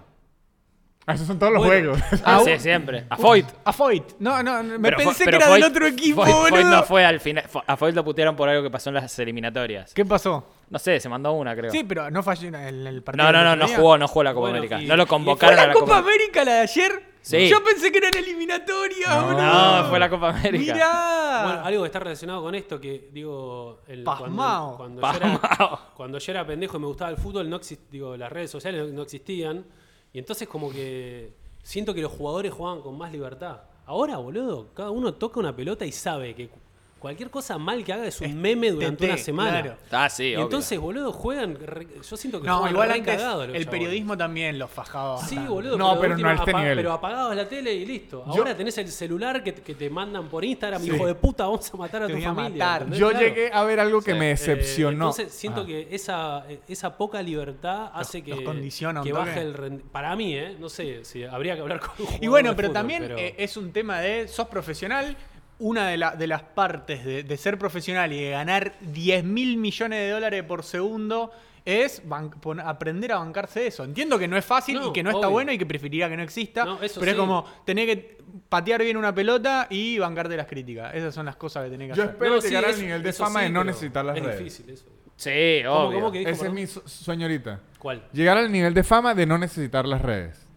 B: Ah, Esos son todos los
D: Bueno.
B: juegos.
C: Ah,
A: A
C: sí,
A: un-
C: siempre. A Foyt.
A: A Foyt. No, no, no, me
C: Pero Fo-
A: pensé que
C: pero
A: era del
C: Foyt-
A: otro equipo,
C: Foyt, Foyt
A: boludo.
C: no fue al final. Fo- A Foyt lo putearon por algo que pasó en las eliminatorias.
A: ¿Qué pasó?
C: No sé, se mandó una, creo.
A: Sí, pero no falló en el, el partido.
C: no, no,
A: del
C: no,
A: otro
C: no
A: día.
C: jugó, no jugó la Copa
D: Bueno,
C: América.
D: y-
C: No lo
D: y
A: ¿Fue
C: convocaron a
A: la
C: la
A: Copa
C: Copa
A: América la de ayer?
C: Sí.
A: Yo pensé que era en eliminatoria, boludo.
C: No, fue la Copa América.
A: Mirá.
D: Bueno, algo que está relacionado con esto, que digo, el-
A: Pasmao.
D: cuando, cuando yo
C: Pasmao.
D: era, cuando yo era pendejo y me gustaba el fútbol, no exist- digo, las redes sociales no, no existían. Y entonces como que siento que los jugadores jugaban con más libertad. Ahora, boludo, cada uno toca una pelota y sabe que cu- cualquier cosa mal que haga es un meme durante
A: TT,
D: una semana.
A: claro.
C: Ah, sí,
D: y
C: obvio.
D: entonces, boludo, juegan. re- yo siento que
A: no,
D: juegan
A: igual
D: re
A: antes
D: cagados los
A: el
D: chabones.
A: periodismo también los fajaba.
D: Sí,
A: bastante.
D: boludo.
B: No,
D: de
B: pero
D: última
B: no a este nivel.
D: Pero apagabas la tele y listo.
B: Yo-
D: Ahora tenés el celular que, que te mandan por Instagram, hijo de puta, vamos a matar a
A: Te
D: tu
A: voy a
D: familia.
A: matar.
D: ¿entendés?
B: Yo
D: Claro.
B: llegué a ver algo que
C: Sí.
B: me
D: Eh,
B: decepcionó. Ah.
D: entonces siento
B: Ajá.
D: que esa, esa poca libertad hace que,
A: los condiciona un
D: que baje
A: toque.
D: el rendi- Para mí, ¿eh? No sé, si habría que hablar con un
A: Y
D: jugador
A: bueno,
D: de
A: pero
D: fútbol,
A: también
D: pero-
A: eh, es un tema de sos profesional. Una de, la- de las partes de, de ser profesional y de ganar 10 mil millones de dólares por segundo es ban- pon- aprender a bancarse eso. Entiendo que no es fácil
D: No,
A: y que no está
D: obvio.
A: bueno y que preferiría que no exista,
D: No, eso
A: pero es
D: sí.
A: como tener que patear bien una pelota y bancarte las críticas. Esas son las cosas que tenés que
B: Yo
A: hacer.
B: espero
D: sí,
B: llegar al
D: eso-
B: nivel de
D: eso
B: fama
D: sí,
B: de no
D: pero
B: necesitar las
D: es
B: redes.
D: difícil eso.
C: Sí,
D: ¿Cómo,
C: obvio.
D: cómo que-
B: Ese es
D: perdón?
B: mi su- sueño ahorita.
D: ¿Cuál?
B: Llegar al nivel de fama de no necesitar las redes.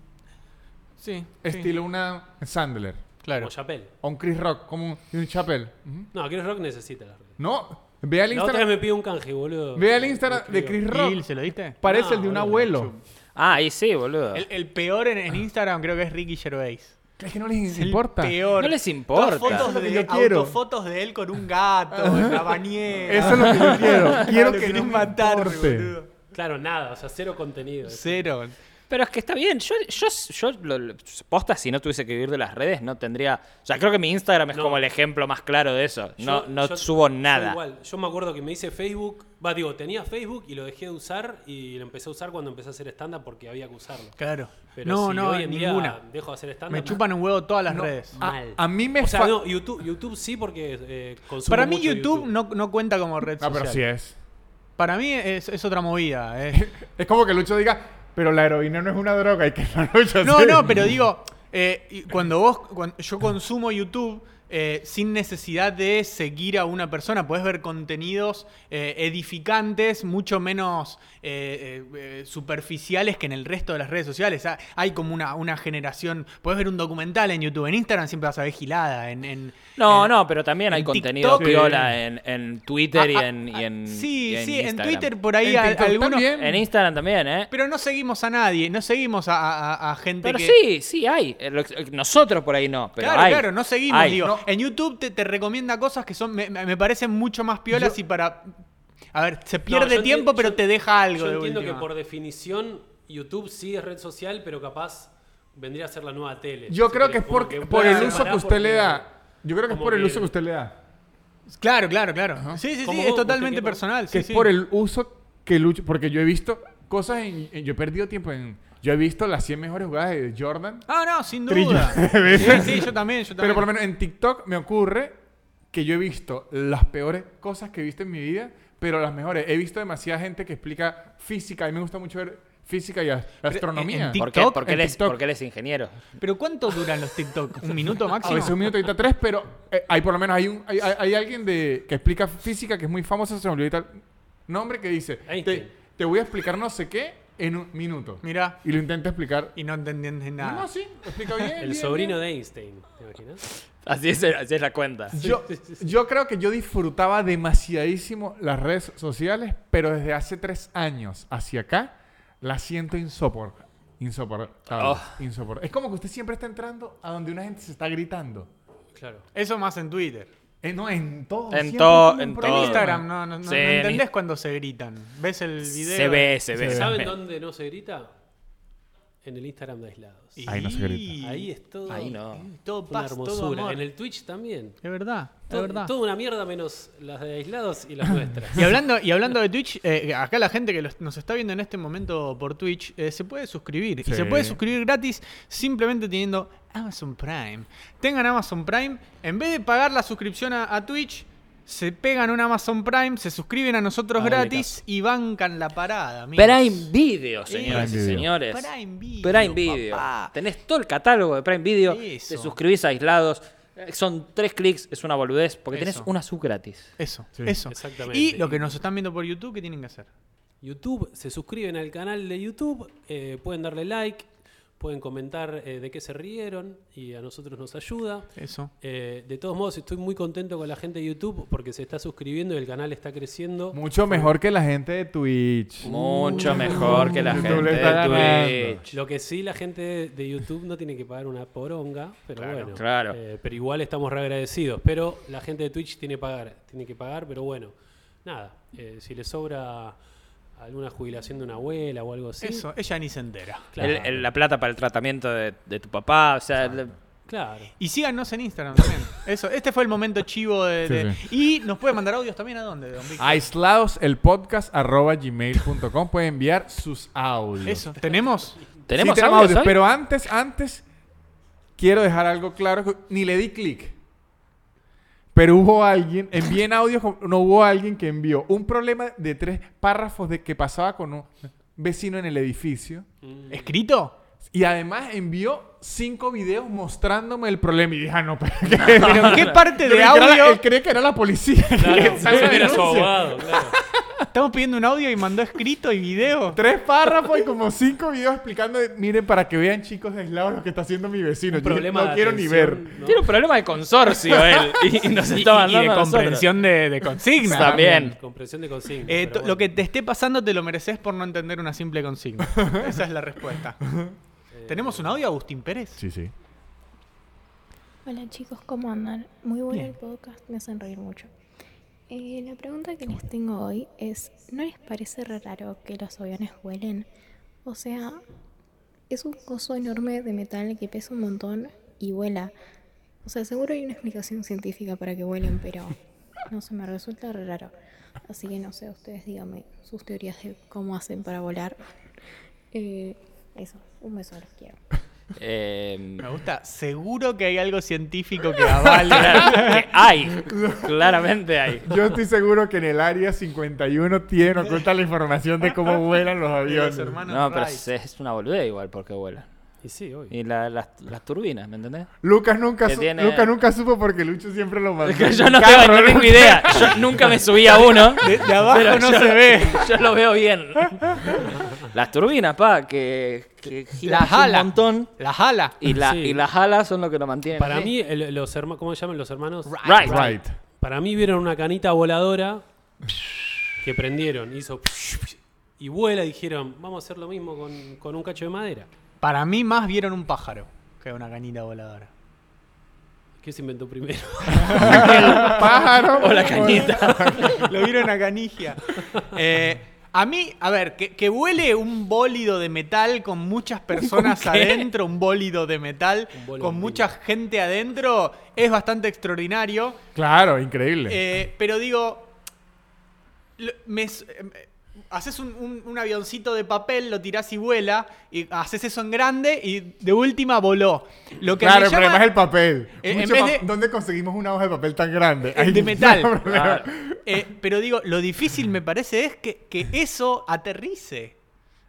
A: Sí,
B: Estilo una Sandler
A: Claro.
D: Como Chappelle.
B: o un Chris Rock, como un, un Chappelle. Ujú.
D: No, Chris Rock necesita las redes.
B: No, ¿Mm? ve al
D: La otra vez
B: Instagram,
D: me pide un canje, boludo.
B: ve al Instagram de
D: escribió.
B: Chris
A: Gil,
B: Rock.
A: ¿se lo diste?
B: Parece
D: No,
B: el de un
D: boludo,
B: abuelo.
C: Ah, y sí, boludo.
A: El, el peor en, en Instagram creo que es Ricky Gervais.
B: Es que no les
A: El
B: importa.
A: peor.
C: No les importa.
A: Dos fotos
B: Eso es lo que
A: de,
B: yo quiero.
A: autofotos de él con un gato, en la bañera.
B: Eso es lo que yo quiero. Quiero
A: Lo
B: que no
A: querés
B: me
A: matar,
B: importe.
A: boludo.
D: Claro, nada, o sea, cero contenido.
A: Cero.
C: Pero es que está bien. Yo, yo, yo lo- lo- posta, si no tuviese que vivir de las redes, no tendría. O sea, creo que mi Instagram es
D: No.
C: como el ejemplo más claro de eso. No,
D: Yo-
C: no
D: yo-
C: subo
D: yo
C: nada.
D: igual. Yo me acuerdo que me hice Facebook. Va, digo, tenía Facebook y lo dejé de usar y lo empecé a usar cuando empecé a hacer stand-up porque había que usarlo.
A: Claro.
D: Pero
A: no,
D: si
A: no,
D: hoy en día
A: ninguna.
D: dejo de hacer stand-up.
A: Me chupan un huevo todas las redes.
B: A-
D: Mal.
B: A, mí me
D: O sea,
B: fa-
D: no, YouTube, YouTube sí porque eh, consumo
A: Para mí
D: mucho
A: YouTube, No, no cuenta como red
B: Ah,
A: social.
B: pero sí es.
A: Para mí es, es otra movida. eh.
B: Es como que Lucho diga, pero la heroína no es una droga y que no Lucho
A: No,
B: sí.
A: no, pero digo, eh, y cuando vos, cuando yo consumo YouTube eh, sin necesidad de seguir a una persona, podés ver contenidos eh, edificantes, mucho menos eh, eh, eh, superficiales que en el resto de las redes sociales. Ah, Hay como una, una generación, podés ver un documental en YouTube, en Instagram siempre vas a ver gilada, en... en-
C: No,
A: en-
C: no, pero también hay
A: en
C: contenido
A: TikTok.
C: piola en, en Twitter y
A: Ah, ah,
C: en, y
A: ah,
C: en-
A: Sí,
C: Mm, y en
A: sí, en
C: Instagram.
A: Twitter por ahí
B: En
A: a-
B: TikTok
A: algunos...
B: también.
C: En Instagram también, ¿eh?
A: Pero no seguimos a nadie, no seguimos a, a- a- a gente
C: Pero
A: que...
C: sí, sí, hay. Eh, lo- eh, Nosotros por ahí no. Pero
A: claro,
C: hay.
A: claro, no seguimos.
C: Hay.
A: digo.
C: No.
A: En YouTube te, te recomienda cosas que son me, me- me parecen mucho más piolas y para. A ver, se pierde
D: yo enti-
A: tiempo, pero
D: yo-
A: te deja algo
D: Yo
A: de
D: entiendo
A: última.
D: que por definición YouTube sí es red social, pero capaz vendría a ser la nueva tele.
B: Yo
D: Si
B: creo que
D: querés,
B: es
D: como
B: porque,
D: que
B: por
D: una
B: el
D: separá
B: uso que usted
D: porque-
B: le da. Yo creo que es
D: como
B: por el
D: que-
B: uso que usted le da.
A: Claro, claro, claro. Sí, sí,
D: Como
A: sí,
D: vos,
A: es totalmente
D: usted que-
A: personal. sí,
B: Que es
A: sí.
B: por el uso que Lucho. Porque yo he visto cosas en. en- yo he perdido tiempo en. Yo he visto las 100 mejores jugadas de Jordan.
A: Ah, no, sin
B: Trillo.
A: duda. sí, sí, yo también, yo también.
B: Pero por lo menos en TikTok me ocurre que yo he visto las peores cosas que he visto en mi vida, pero las mejores. He visto demasiada gente que explica física. A mí me gusta mucho ver física y as- astronomía.
A: eh, en
C: ¿Por qué?
A: TikTok,
C: Porque
B: en
C: él, es,
B: TikTok.
C: porque él es ingeniero.
A: ¿Pero cuánto duran los TikTok? ¿Un minuto
B: A
A: máximo?
B: veces un minuto y tres, pero eh, hay por lo menos hay un hay, hay- hay alguien de que explica física que es muy famoso, se me olvidó el nombre que dice,
D: Einstein.
B: te, te voy a explicar no sé qué en un minuto.
A: Mirá,
B: Y lo intenta explicar.
A: y no entendés
B: No,
A: nada.
B: no, sí, lo explica bien.
D: El sobrino de Einstein, ¿te imaginas?
C: Así es, así es la cuenta.
B: Yo, yo creo que yo disfrutaba demasiadísimo las redes sociales, pero desde hace tres años hacia acá la siento insoportable. Insoportable.
C: Oh.
B: insoportable. Es como que usted siempre está entrando a donde una gente se está gritando.
D: Claro.
A: Eso más en Twitter.
B: Eh, no, en todo.
C: En
B: siempre
C: todo,
B: tiene un
C: en
B: problema.
C: todo.
A: En Instagram no, no, no-
C: Sí,
A: no
C: en
A: entendés
C: Inst-
A: cuando se gritan. Ves el video.
C: Se ve, se ve.
B: Se
C: se
D: ¿Saben
C: ve.
D: dónde no se grita? En el Instagram de aislados.
A: y-
B: Ahí no se grita.
D: Ahí es todo.
C: Ahí no.
A: Todo
D: Una
A: paz, todo
D: hermosura.
A: amor.
D: En el Twitch también.
A: Es verdad, es
D: Todo-
A: verdad.
D: Toda una mierda menos las de aislados y las nuestras.
A: Y hablando, y hablando de Twitch, eh, acá la gente que los- nos está viendo en este momento por Twitch eh, se puede suscribir.
B: Sí.
A: Y se puede suscribir gratis simplemente teniendo Amazon Prime. Tengan Amazon Prime, en vez de pagar la suscripción a, a Twitch, se pegan un Amazon Prime, se suscriben a nosotros
D: Háganle
A: gratis y bancan la parada. amigos.
C: Prime Video, señoras
B: Prime
C: y
B: Video.
C: señores.
A: Prime Video,
C: Prime Video.
A: papá.
C: Tenés todo el catálogo de Prime Video.
A: Eso.
C: Te suscribís a aislados. Eh, Son tres clics, es una boludez, porque tenés
A: Eso.
C: una sub gratis.
A: Eso,
B: Sí.
A: eso.
D: Exactamente.
A: Y lo que nos están viendo por YouTube, ¿qué tienen que hacer?
D: YouTube, se suscriben al canal de YouTube, eh, pueden darle like, pueden comentar eh, de qué se rieron y a nosotros nos ayuda.
A: Eso.
D: Eh, de todos modos, estoy muy contento con la gente de YouTube porque se está suscribiendo y el canal está creciendo.
B: Mucho mejor que la gente de Twitch.
C: Mucho mejor que la
B: YouTube
C: gente
B: le está
C: de
B: ganando.
C: Twitch.
D: Lo que sí, la gente de YouTube no tiene que pagar una poronga, pero bueno.
C: claro.
D: eh, pero igual estamos reagradecidos. Pero la gente de Twitch tiene, que pagar, tiene que pagar, pero bueno. Nada, eh, si le sobra alguna jubilación de una abuela o algo así.
A: Eso, ella ni se entera.
D: Claro,
C: El- eh, el- la plata para el tratamiento de, de tu papá, o sea, el-
D: claro.
A: Y síganos en Instagram también. Eso, este fue el momento chivo de.
B: Sí,
A: de- Y nos puede mandar audios también a dónde, don Víctor?
B: Aislados el podcast arroba gmail.com puede enviar sus audios.
A: Eso, ¿tenemos?
C: tenemos
B: Sí,
C: audios hoy?
B: pero antes, antes quiero dejar algo claro, que ni le di clic. Pero hubo alguien, envíen audios, con- no hubo alguien que envió un problema de tres párrafos de que pasaba con un vecino en el edificio.
A: ¿Escrito?
B: Y además envió cinco videos mostrándome el problema. Y dije, ah, no, pero ¿qué?
A: ¿Pero qué parte de
B: Él
A: audio?
B: cree que era la policía.
D: Claro,
B: Sale la
D: era su
B: denuncia.
D: abogado, claro.
A: Estamos pidiendo un audio y mandó escrito y video.
B: Tres párrafos y como cinco videos explicando, de, miren, para que vean chicos aislados lo que está haciendo mi vecino.
D: Un
B: Yo dije,
D: problema
B: no
D: de
B: quiero ni ver.
D: atención, ¿no?
C: Tiene un problema de consorcio él. Y, y nos está
A: Y de
C: mandando a nosotros.
A: comprensión de, de consigna.
C: También.
D: Comprensión de consigna.
A: Eh,
D: pero
A: to-
D: bueno.
A: Lo que te esté pasando te lo mereces por no entender una simple consigna. Esa es la respuesta.
C: Eh,
A: ¿Tenemos un audio, Agustín Pérez?
B: Sí, sí.
E: Hola chicos, ¿cómo andan? Muy bueno
A: Bien.
E: el podcast, me hacen reír mucho. Eh, la pregunta que les tengo hoy es, ¿no les parece re raro que los aviones vuelen? O sea, Es un coso enorme de metal que pesa un montón y vuela. O sea, seguro hay una explicación científica para que vuelen, pero no se me resulta re raro. Así que no sé, ustedes díganme sus teorías de cómo hacen para volar. Eh, eso, un beso, los quiero.
C: Eh,
A: Me gusta. Seguro que hay algo científico que avale.
C: que hay, claramente hay.
B: Yo estoy seguro que en el área 51 tiene oculta la información de cómo vuelan los aviones.
A: Los hermanos
C: No, pero
A: Wright.
C: es, es una boludez igual porque vuela.
D: Y sí, obvio.
C: Y la- las, las turbinas, ¿me entendés?
B: Lucas nunca,
C: Que
B: su-
C: tiene-
B: Lucas nunca supo porque Lucho siempre lo mandó.
C: Es que yo
B: en
C: no,
B: carro,
C: tengo, no tengo
B: Lucas.
C: idea. Yo nunca me subí a uno.
A: De, de abajo
C: pero
A: no
C: yo-
A: se ve.
C: Yo lo veo bien. Las turbinas, pa, que, que giran
A: Las alas.
C: un montón.
A: Las alas.
C: Y, la-
D: Sí.
C: y las alas son lo que lo mantienen.
D: Para mí, el- los hermanos, ¿cómo se llaman los hermanos?
C: Right.
B: Right.
D: Para mí vieron una canita voladora que prendieron, hizo y vuela y dijeron, vamos a hacer lo mismo con, con un cacho de madera.
A: Para mí más vieron un pájaro que una canita voladora.
D: ¿Qué se inventó primero?
B: Pájaro.
C: O la cañita.
A: Lo vieron a Canigia. Eh, a mí, a ver, que, que vuele un bólido de metal con muchas personas adentro, un bólido de metal
D: Un bólido
A: con
D: de
A: mucha gente adentro, es bastante extraordinario.
B: Claro, increíble.
A: Eh, pero digo, lo- me s- eh, haces un, un- un avioncito de papel, lo tirás y vuela, y haces eso en grande y de última voló. Lo que
B: claro,
A: me
B: el
A: llama-
B: problema es el papel.
A: Eh, en
B: Mucho
A: vez
B: pa-
A: de-
B: ¿Dónde conseguimos una hoja de papel tan grande? Ahí
A: de
B: está el
A: metal.
B: problema.
A: Eh, pero digo, lo difícil me parece es que, que eso aterrice.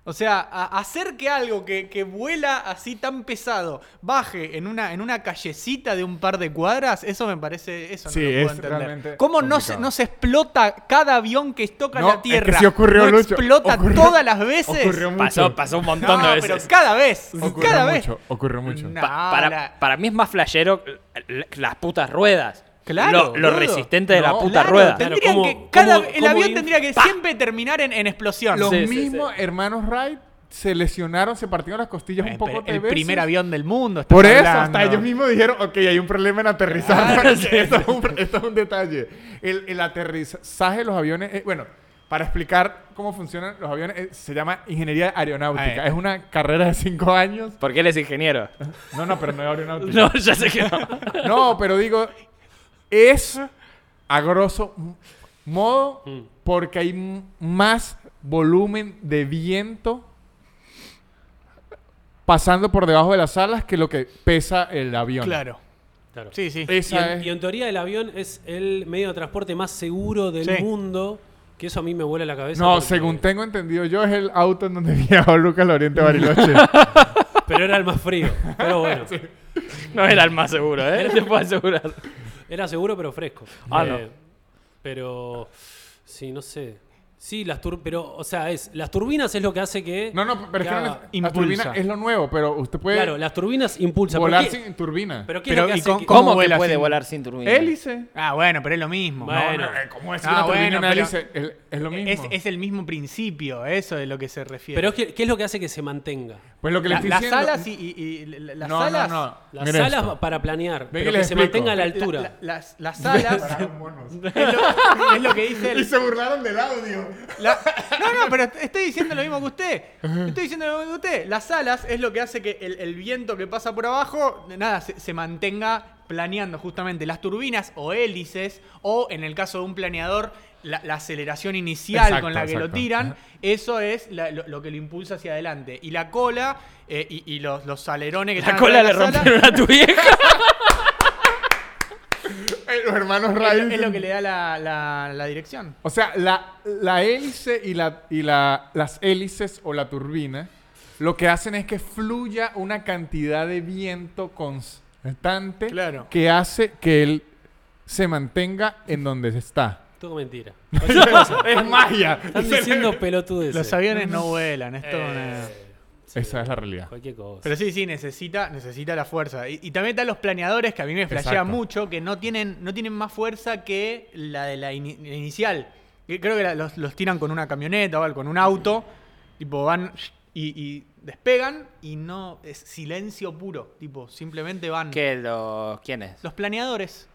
A: O sea, a- hacer que algo que, que vuela así tan pesado baje en una, en una callecita de un par de cuadras, eso me parece. Eso no
B: Sí,
A: lo puedo
B: es
A: entender.
B: realmente
A: ¿Cómo no se,
B: complicado.
A: no se explota cada avión que toca
B: No, es
A: la
B: que
A: tierra?
B: sí ocurrió,
A: ¿No
B: Lucho.
A: explota
B: Ocurrió-
A: todas las veces?
B: Ocurrió mucho.
C: Pasó, pasó un montón
A: No,
C: de
A: pero
C: veces.
A: cada vez.
B: Ocurrió
A: Cada vez.
B: mucho. Ocurrió mucho.
A: No.
C: Pa-
A: la-
C: para, para mí es más flashero l- las putas ruedas.
A: Claro,
C: Lo, lo
A: boludo.
C: resistente de la
B: No,
C: puta
A: Claro,
C: rueda.
A: tendrían
D: Claro, ¿cómo-
A: que cada-
D: cómo-
A: el
D: cómo
A: avión
D: ir?
A: tendría que
C: ¡Pah!
A: siempre terminar en, en explosión.
B: Los
C: Sí, sí,
B: mismos hermanos Wright se lesionaron, se partieron las costillas un
A: Eh,
B: poco
A: pero el
B: de veces.
A: primer avión del mundo. estás
B: Por eso,
A: hablando.
B: hasta ellos mismos dijeron, ok, hay un problema en aterrizar.
C: Claro, sí.
B: esto, es un, esto es un detalle. El, el aterrizaje de los aviones, eh, bueno, para explicar cómo funcionan los aviones, eh, se llama ingeniería aeronáutica.
A: Ahí.
B: Es una carrera de cinco años.
C: Porque él es ingeniero.
B: No, no, pero no es aeronáutica.
C: No, ya sé que no.
B: No, pero digo, es a grosso m- modo
D: Mm.
B: porque hay m- más volumen de viento pasando por debajo de las alas que lo que pesa el avión.
A: Claro.
D: Claro.
A: Sí, sí.
D: Y
B: Esa
D: en,
B: es-
D: y en teoría el avión es el medio de transporte más seguro del
A: Sí.
D: mundo, que eso a mí me vuela la cabeza.
B: No,
D: porque-
B: según tengo entendido yo, es el auto en donde viajó Lucas Loriente Bariloche.
D: Pero era el más frío. Pero bueno,
C: No era el más seguro, ¿eh? Te puedo asegurar.
D: era seguro pero fresco. Eh,
C: Ah, no.
D: Pero, sí, no sé. Sí, las tur pero, o sea, es, las turbinas es lo que hace que...
B: No, no, pero es que no es-
D: haga-
B: la
A: Impulsa.
B: turbina es lo nuevo, pero usted puede
D: Claro, las turbinas impulsan.
B: volar
D: ¿Pero qué-
B: sin turbina.
D: ¿Pero qué es
A: Pero,
D: lo que
A: ¿y
D: hace
A: con-
D: que-
A: con-
C: ¿Cómo, que
A: vuela
C: puede
A: sin-
C: volar sin turbina?
B: hélice.
A: Ah, bueno, pero es lo mismo.
D: Bueno,
A: No, no,
B: Eh, ¿Cómo es
A: Ah,
B: una turbina
A: bueno,
B: una
A: pero-
B: hélice? Es, es lo mismo.
A: Es, es el mismo principio, eso es lo que se refiere.
D: Pero es que- ¿qué es lo que hace que se mantenga?
B: Pues lo que le
A: La-
B: estoy
A: las
B: diciendo-
A: alas y, y- y- la- las
B: no,
A: alas.
B: no, no.
D: Las
B: Mira
D: alas
B: esto.
D: para planear,
B: que
D: pero que,
B: les
D: se
B: explico.
D: mantenga a la
A: La-
D: altura.
A: la- las, las alas es, lo, es lo que dice el,
B: Y se burlaron del audio.
A: La- No, no, pero estoy diciendo lo mismo que usted. Estoy diciendo lo mismo que usted. Las alas es lo que hace que el, el viento que pasa por abajo, nada, se, se mantenga planeando justamente. Las turbinas o hélices, o en el caso de un planeador, la, la aceleración inicial
B: Exacto,
A: con la que lo
B: exacto.
A: tiran,
B: Ajá.
A: eso es la- lo, lo que lo impulsa hacia adelante. Y la cola eh, y, y los, los alerones que
C: La
A: están
C: cola le
A: atrás de las alas,
C: rompieron a tu vieja.
B: Eh, Los hermanos
A: es,
B: Ray.
A: lo- es lo que le da la, la- la dirección.
B: O sea, la, la hélice y, la, y la, las hélices o la turbina lo que hacen es que fluya una cantidad de viento constante
A: Claro.
B: que hace que él se mantenga en donde está.
D: Todo mentira.
B: es magia.
D: Están diciendo pelotudes.
A: Los aviones no vuelan, es todo
B: Eh,
A: una-
B: Esa es la realidad.
D: Cualquier cosa.
A: Pero sí, sí, necesita, necesita la fuerza. Y, y también están los planeadores que a mí me flashea
B: Exacto.
A: mucho, que no tienen, no tienen más fuerza que la de la, ini- la inicial. Que Creo que la- los, los tiran con una camioneta o algo, con un auto, tipo van y, y despegan y no es silencio puro, tipo simplemente van.
C: ¿Qué? Lo... ¿Quién es?
A: Los planeadores.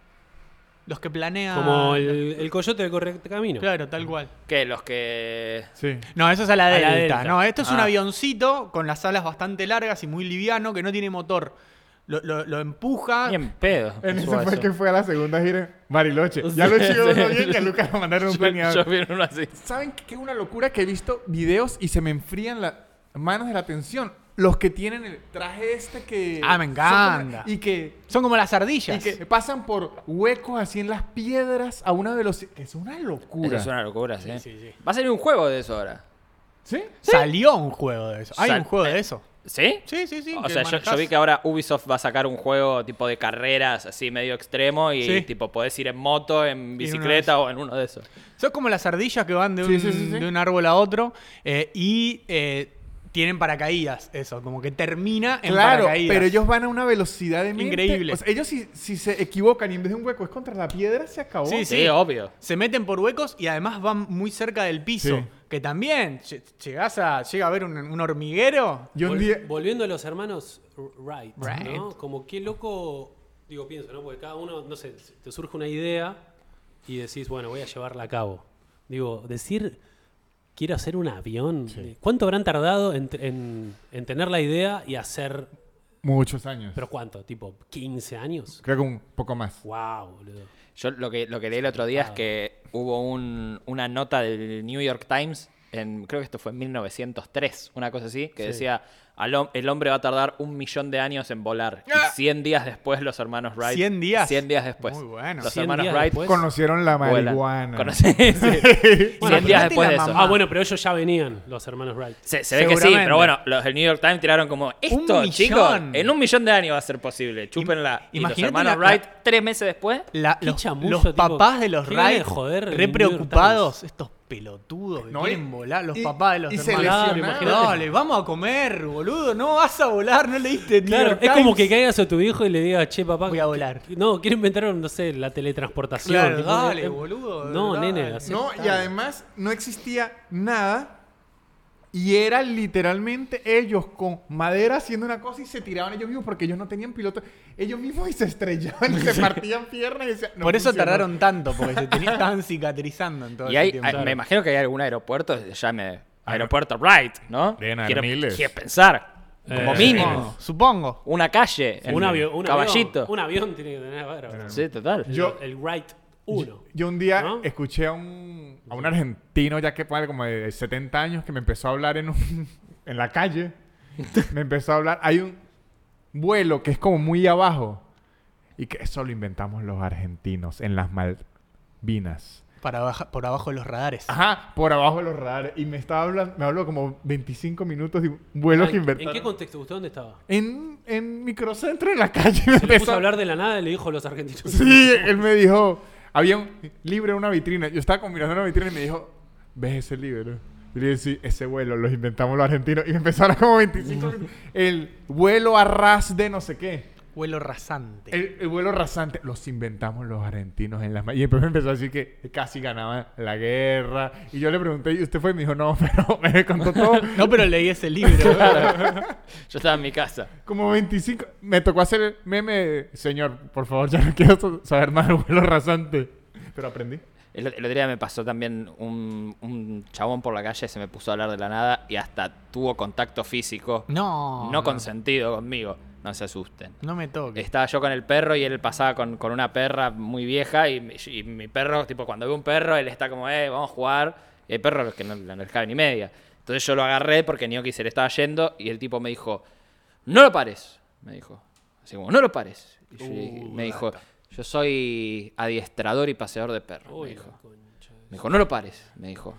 A: Los que planean.
D: Como el, el coyote del correcto camino.
A: Claro, tal cual.
C: Que los que.
B: Sí.
A: No, eso es a la
C: la
A: delta.
C: delta.
A: No, esto es un
C: Ah.
A: avioncito con las alas bastante largas y muy liviano que no tiene motor. Lo, lo- lo empuja.
C: Ni en pedo.
B: En ese
C: subo a
B: fue
C: eso.
B: que fue a la segunda gira en Bariloche. Ya lo chido uno bien que a Lucas lo mandaron un
C: Yo,
B: planeado.
C: yo vi uno así.
B: ¿Saben qué qué es una locura que he visto videos y se me enfrían las manos de la atención? Los que tienen el traje este que...
A: Ah, me encanta.
B: Y que,
A: Son como las
B: y
A: ardillas.
B: que pasan por huecos así en las piedras a una velocidad... Es una
C: Eso
B: locura.
C: es una locura, sí.
D: sí, sí.
C: Va a salir un juego de eso ahora.
B: ¿Sí? eh.
A: Salió un juego de eso. Hay
C: Sal-
A: un juego de eso.
C: ¿Sí?
A: Sí, sí, sí.
C: O
A: que
C: sea, yo, yo
A: manejás.
C: vi que ahora Ubisoft va a sacar un juego tipo de carreras así medio extremo y
A: Sí.
C: tipo podés ir en moto, en
A: de
C: bicicleta o en uno de esos.
A: Son como las ardillas que van de un,
B: Sí, sí, sí, sí.
A: de un árbol a otro eh, y eh, tienen paracaídas, eso, como que termina en
B: Claro,
A: paracaídas.
B: pero ellos van a una velocidad de mente.
A: Increíble.
B: O sea, ellos si, si se equivocan y en vez de un hueco es contra la piedra, se acabó.
A: Sí,
C: Sí, obvio.
A: se meten por huecos y además van muy cerca del piso.
B: Sí.
A: Que también lle- llegás a, llega a ver un, un hormiguero.
B: Yo un
D: Vol-
B: día...
D: Volviendo a los hermanos Wright,
A: Wright.
D: ¿no? Como qué loco, digo, pienso, ¿no? Porque cada uno, no sé, te surge una idea y decís, bueno, voy a llevarla a cabo. Digo, decir, quiero hacer un avión. eh, ¿Cuánto habrán tardado en, en- en tener la idea y hacer,
B: Muchos años.
D: pero cuánto? ¿Tipo 15 años?
B: Creo que un poco más.
D: ¡Wow, boludo!
C: Yo lo que, lo que leí el otro día es que hubo un- una nota del New York Times, en, creo que esto fue en 1903, una cosa así, que decía, "Al hom- el hombre va a tardar un millón de años en volar. Y 100 días después los hermanos Wright.
A: 100 días.
C: 100 días después.
A: Muy bueno.
C: Los
D: 100
C: hermanos
D: días
C: Wright
D: después.
B: Conocieron la
C: vuelan.
B: marihuana.
C: Conocí- sí. 100 días
A: pero
C: después de
A: la
C: eso.
A: mamá.
D: Ah, bueno, pero ellos ya venían, los hermanos Wright.
C: Se, se ve que sí,
A: Seguramente.
C: pero bueno, los del New York Times tiraron como esto,
A: millón.
C: chicos, en un millón de años va a ser posible. Chúpenla. Y los
A: Imagínate
C: hermanos
A: la- la-
C: Wright, tres meses después,
A: La-
D: Qué
A: los
D: chamuyo,
A: los
D: tipo,
A: papás de los
D: qué ganas de
A: Wright
D: joder el
A: re
D: New
A: preocupados, estos pelotudos que
B: No,
A: quieren
B: y-
A: volar, los
B: y-
A: papás de los
B: y se
A: hermanos.
D: lesionaron.
A: Dale, Dale, vamos a comer, boludo. No vas a volar, no leíste ni
D: Claro, es como que caigas a tu viejo y le digas, che, papá.
A: Voy a volar.
D: No, quiero inventar, no sé, la teletransportación.
A: Claro,
D: Tipo,
A: dale,
D: eh,
A: boludo,
D: No,
A: dale. eh,
D: nene, así-
B: No, y además no existía nada. Y era literalmente ellos con madera haciendo una cosa y se tiraban ellos mismos porque ellos no tenían piloto. Ellos mismos y se estrellaban y se partían piernas y decían, "No
A: Por eso
B: funcionó".
A: tardaron tanto, porque se tenían, estaban cicatrizando en todo
C: y
A: ese
C: hay,
A: tiempo.
C: hay- me imagino que hay algún aeropuerto que se llame Aeropuerto Wright, ¿no?
B: Deben haber
C: quiero,
B: miles.
C: quiero pensar, como
D: Eh,
C: mínimo,
A: Supongo, supongo.
C: una calle,
D: Un avión, un
C: caballito.
D: Avión, un avión tiene que tener bárbaro.
C: Sí, total.
D: El-
B: Yo-
D: el Wright 1.
B: Yo un día
D: ¿No?
B: escuché a un, a un argentino, ya que vale como de 70 años, que me empezó a hablar en, un- en la calle. me empezó a hablar. Hay un vuelo que es como muy abajo. Y que eso lo inventamos los argentinos en las Malvinas.
A: Para baja- por abajo de los radares.
C: Ah.
B: Ajá, por abajo de los radares. Y me estaba hablando, me habló como 25 minutos de un vuelo que
D: ¿En
B: inventaron.
D: qué contexto? ¿Usted dónde estaba?
B: En, en microcentro, en la calle. me
D: Se le
B: empezó
D: puso a hablar de la nada y le dijo a los argentinos.
B: Sí, él me dijo, había un libre una vitrina. Yo estaba como mirando una vitrina y me dijo, ¿ves ese libre? Y le dije, sí, ese vuelo los inventamos los argentinos. Y me empezó a hablar como 25
D: Mm.
B: minutos. El vuelo a ras de no sé qué.
A: Vuelo rasante.
B: El, el vuelo rasante. Los inventamos los argentinos en las... ma- Y después me empezó a decir que casi ganaban la guerra. Y yo le pregunté, ¿y usted fue? Y me dijo, no, pero me contó todo.
A: No, pero leí ese libro.
C: Yo estaba en mi casa.
B: Como 25... Me tocó hacer el meme, de, señor, por favor, ya no quiero saber más del vuelo rasante. Pero aprendí.
C: El, el otro día me pasó también un, un chabón por la calle, se me puso a hablar de la nada y hasta tuvo contacto físico.
A: No.
C: no Este. consentido conmigo. No se asusten.
A: No me toques.
C: Estaba yo con el perro y él pasaba con, con una perra muy vieja y, mi- y mi perro, tipo, cuando ve un perro, él está como, eh, vamos a jugar. Y hay perros que no, no les cabe ni media. Entonces yo lo agarré porque Gnocchi se le estaba yendo y el tipo me dijo, no lo pares, me dijo. Así como, no lo pares. Y yo le dije- me dijo, yo soy adiestrador y paseador de perros, me
D: Uy,
C: dijo.
D: concha.
C: Me dijo, no lo pares, me dijo.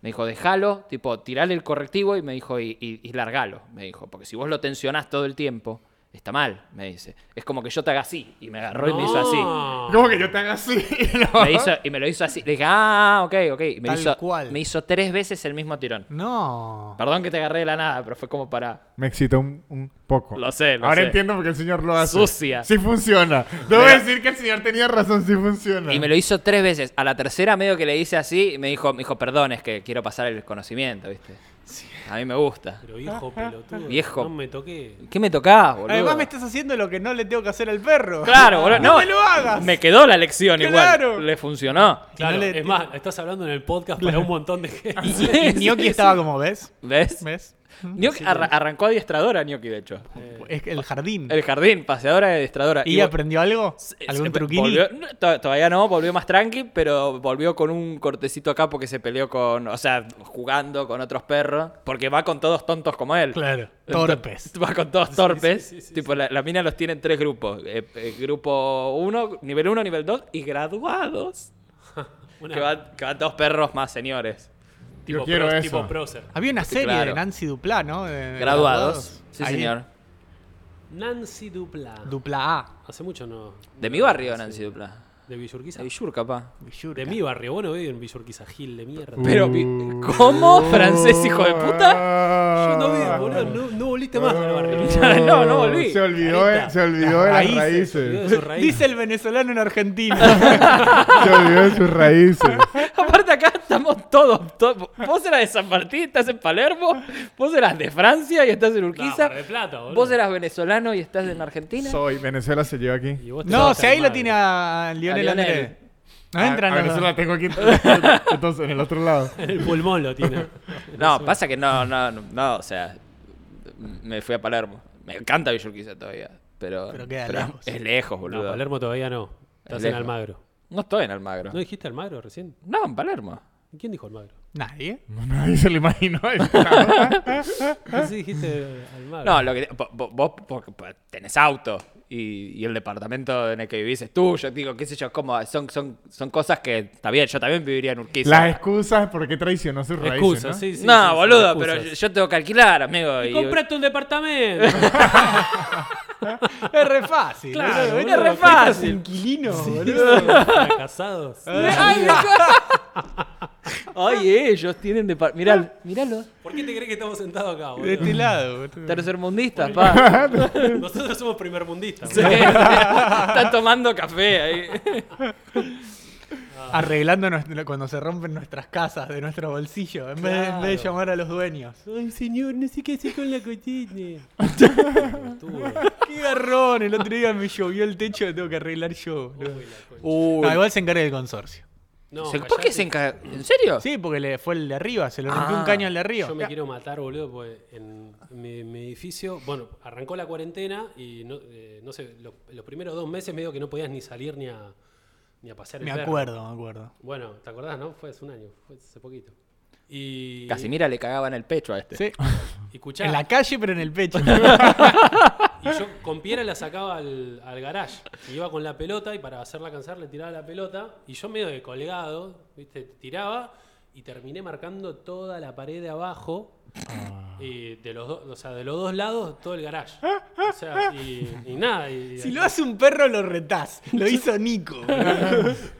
C: Me dijo, déjalo, tipo, tirale el correctivo y me dijo, y, y- y largalo, me dijo. Porque si vos lo tensionás todo el tiempo, está mal, me dice. Es como que yo te haga así. Y me agarró y me hizo así.
D: No.
B: ¿Cómo que yo te haga así? No.
C: Me hizo- y me lo hizo así. Le dije, ah, ok, ok. Y me, lo
A: Tal
C: hizo,
A: cual.
C: me hizo tres veces el mismo tirón.
A: No.
C: Perdón que te agarré de la nada, pero fue como para...
B: Me excitó un, un poco.
C: Lo sé, lo
B: Ahora
C: sé.
B: entiendo por qué el señor lo hace.
C: Sucia.
B: Sí funciona. Debo
C: Pero-
B: decir que el señor tenía razón, sí funciona.
C: Y me lo hizo tres veces. A la tercera medio que le hice así, me dijo, me dijo, perdón, es que quiero pasar el conocimiento, ¿viste? A mí me gusta.
D: Pero viejo pelotudo.
C: Viejo.
D: No me toqué.
C: ¿Qué me tocás, boludo?
A: Además me estás haciendo lo que no le tengo que hacer al perro.
C: Claro, boludo.
A: No
C: No,
A: me lo hagas.
C: Me quedó la lección
A: Claro.
C: igual. Le funcionó.
D: Claro,
A: no le-
D: es más, estás hablando en el podcast para un montón de gente.
A: Y, y Gnocchi estaba como, ¿ves?
C: ¿Ves?
A: ¿Ves?
C: Gnocchi arra- arrancó adiestradora, Gnocchi, de hecho.
A: Es que el jardín.
C: Eh, El jardín, paseadora y adiestradora.
A: ¿Y
C: vol-
A: aprendió algo? ¿Algún
C: se-
A: truquini?
C: volvió- no, to- todavía no, volvió más tranqui, pero volvió con un cortecito acá porque se peleó con, o sea, jugando con otros perros, porque va con todos tontos como él.
A: Claro. Torpes.
C: Va con todos torpes.
D: sí, sí, sí,
C: tipo, La, la mina los tiene en tres grupos. Eh, eh, grupo 1, nivel 1, nivel 2 y graduados.
D: Una-
C: Que van, que van todos perros más señores.
B: Yo
D: tipo
B: quiero
D: pro-
B: eso.
D: Tipo prócer.
A: Había una serie
C: claro.
A: de Nancy Duplá, ¿no? De-
C: Graduados. Sí,
A: Eh, Ahí,
C: señor.
D: Nancy Dupla.
A: Duplá A.
D: Hace mucho no.
C: De
D: no
C: mi
D: veo
C: barrio, Nancy
D: Sí.
C: Dupla.
D: De Villurquiza.
C: De Villur, capaz.
A: Villurca.
D: De mi barrio. Bueno, veo en Villurquiza Gil de mierda.
C: Pero,
D: Mm.
C: vi- ¿cómo? ¿Francés, hijo de puta?
B: Ah.
D: Yo no veo, boludo. No, no volviste más del barrio.
C: Ya, no, no volví.
B: Se olvidó, de-
D: Carita.
B: se olvidó de
A: Las
B: las
A: raíces,
D: Veo
B: raíces.
D: su raíz.
A: Dice el venezolano en Argentina.
B: Se olvidó de sus raíces.
C: Aparte acá estamos todos, to- Vos eras de San Martín, estás en Palermo. Vos eras de Francia y estás en
D: No,
C: Urquiza.
D: Mar del Plata, boludo.
C: vos eras venezolano y estás en Argentina.
B: Soy Venezuela se lleva aquí.
D: Y vos te
A: no,
D: vas
A: si
D: a
A: ahí lo
D: armar.
A: tiene a Lionel
C: A Lionel.
A: Andrés. No
B: A-
A: entran
B: Ah, a
A: los dos.
B: Venezuela tengo aquí. Entonces, en el otro lado.
D: En el pulmón lo tiene.
C: No, pasa que no, no, no, no, o sea, me fui a Palermo. Me encanta Villurquiza todavía, pero,
A: Pero queda lejos.
C: es lejos, boludo.
D: No,
C: No,
D: Palermo todavía no. Estás en
C: Lejos.
D: Almagro.
C: estoy en Almagro.
D: ¿No dijiste Almagro recién?
C: No, en Palermo.
D: ¿Quién dijo Almagro?
A: Nadie.
B: Nadie se lo imaginó. Está-
A: ¿Eh?
D: No sé si dijiste Almagro.
C: No, lo que vo- vo- vos, porque po- tenés auto y, y el departamento en el que vivís es tuyo, digo, qué sé yo, como son son son cosas que está bien, yo también viviría en Urquiza.
B: Las excusas por qué traicionó sus raíces.
D: Excusas,
B: ¿no?
D: sí, sí.
C: no,
D: sí, sí,
C: boludo,
D: excusas.
C: pero yo, yo tengo que alquilar, amigo.
D: Y
C: y-
D: comprate un departamento.
A: Es re fácil.
D: Claro,
A: boludo.
D: boludo,
A: re
D: fue casi
A: fácil. Inquilino, boludo.
D: Fracasados.
C: Ay, loco. Ay, ellos tienen de Mirá, míralo.
D: ¿Por qué te crees que estamos sentados acá,
A: De
D: boludo?
A: este
C: Mm.
A: lado, boludo.
C: Tercermundistas, pa.
D: Nosotros somos primermundistas.
C: Sí, Están tomando café ahí.
A: Arreglando nuestro- cuando se rompen nuestras casas de nuestro bolsillo. En vez, de, en vez de llamar a los dueños.
D: Ay, señor, no sé qué hacer con la cocina.
A: Qué garrón. El otro día me llovió el techo. Lo tengo que arreglar yo, boludo. No, igual se encarga del consorcio.
D: No,
C: Se- ¿Por qué
D: callate.
C: se enca... ¿En serio?
A: Sí, porque le fue el de arriba, se lo rompió
C: Ah,
A: un caño al de arriba.
D: Yo me quiero matar, boludo, porque en mi, mi edificio, bueno, arrancó la cuarentena y no, eh, no sé, lo- los primeros dos meses medio que no podías ni salir ni a, ni a pasear el
A: Me
D: perro.
A: acuerdo, me acuerdo.
D: Bueno, ¿te acordás, no? Fue hace un año, fue hace poquito. Y.
C: Casimira le cagaban el pecho a este.
A: Sí.
D: y escuchá,
A: En la calle, pero en el pecho.
D: Y yo con piedra la sacaba al, al garage. Y iba con la pelota y para hacerla cansar le tiraba la pelota. Y yo medio de colgado, ¿viste? Tiraba y terminé marcando toda la pared de abajo. eh, de, los dos o sea, de los dos lados, todo el garage. O sea, y, y nada. y-
A: si lo hace un perro, lo retás. Lo hizo Nico.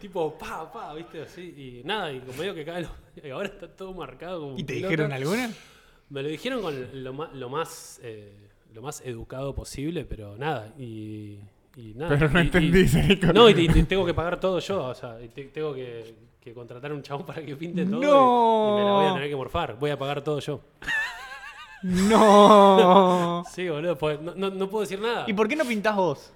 D: Tipo, pa, pa, ¿viste? Así. Y nada, y medio que cae. lo- y ahora está todo marcado. con
A: ¿Y te
D: pelota.
A: dijeron alguna?
D: Me lo dijeron con lo, ma- lo más eh, lo más educado posible, pero nada. Y, y nada.
B: Pero no
D: Y- y-
B: entendiste, Nico.
D: No, y, te- te- tengo que pagar todo yo. O sea, y te- tengo que, que contratar a un chabón para que pinte todo. y-
A: No.
D: Y, me la voy a tener que morfar. Voy a pagar todo yo.
A: No.
D: Sí, boludo. pues, no, no- no puedo decir nada.
A: ¿Y por qué no pintás vos?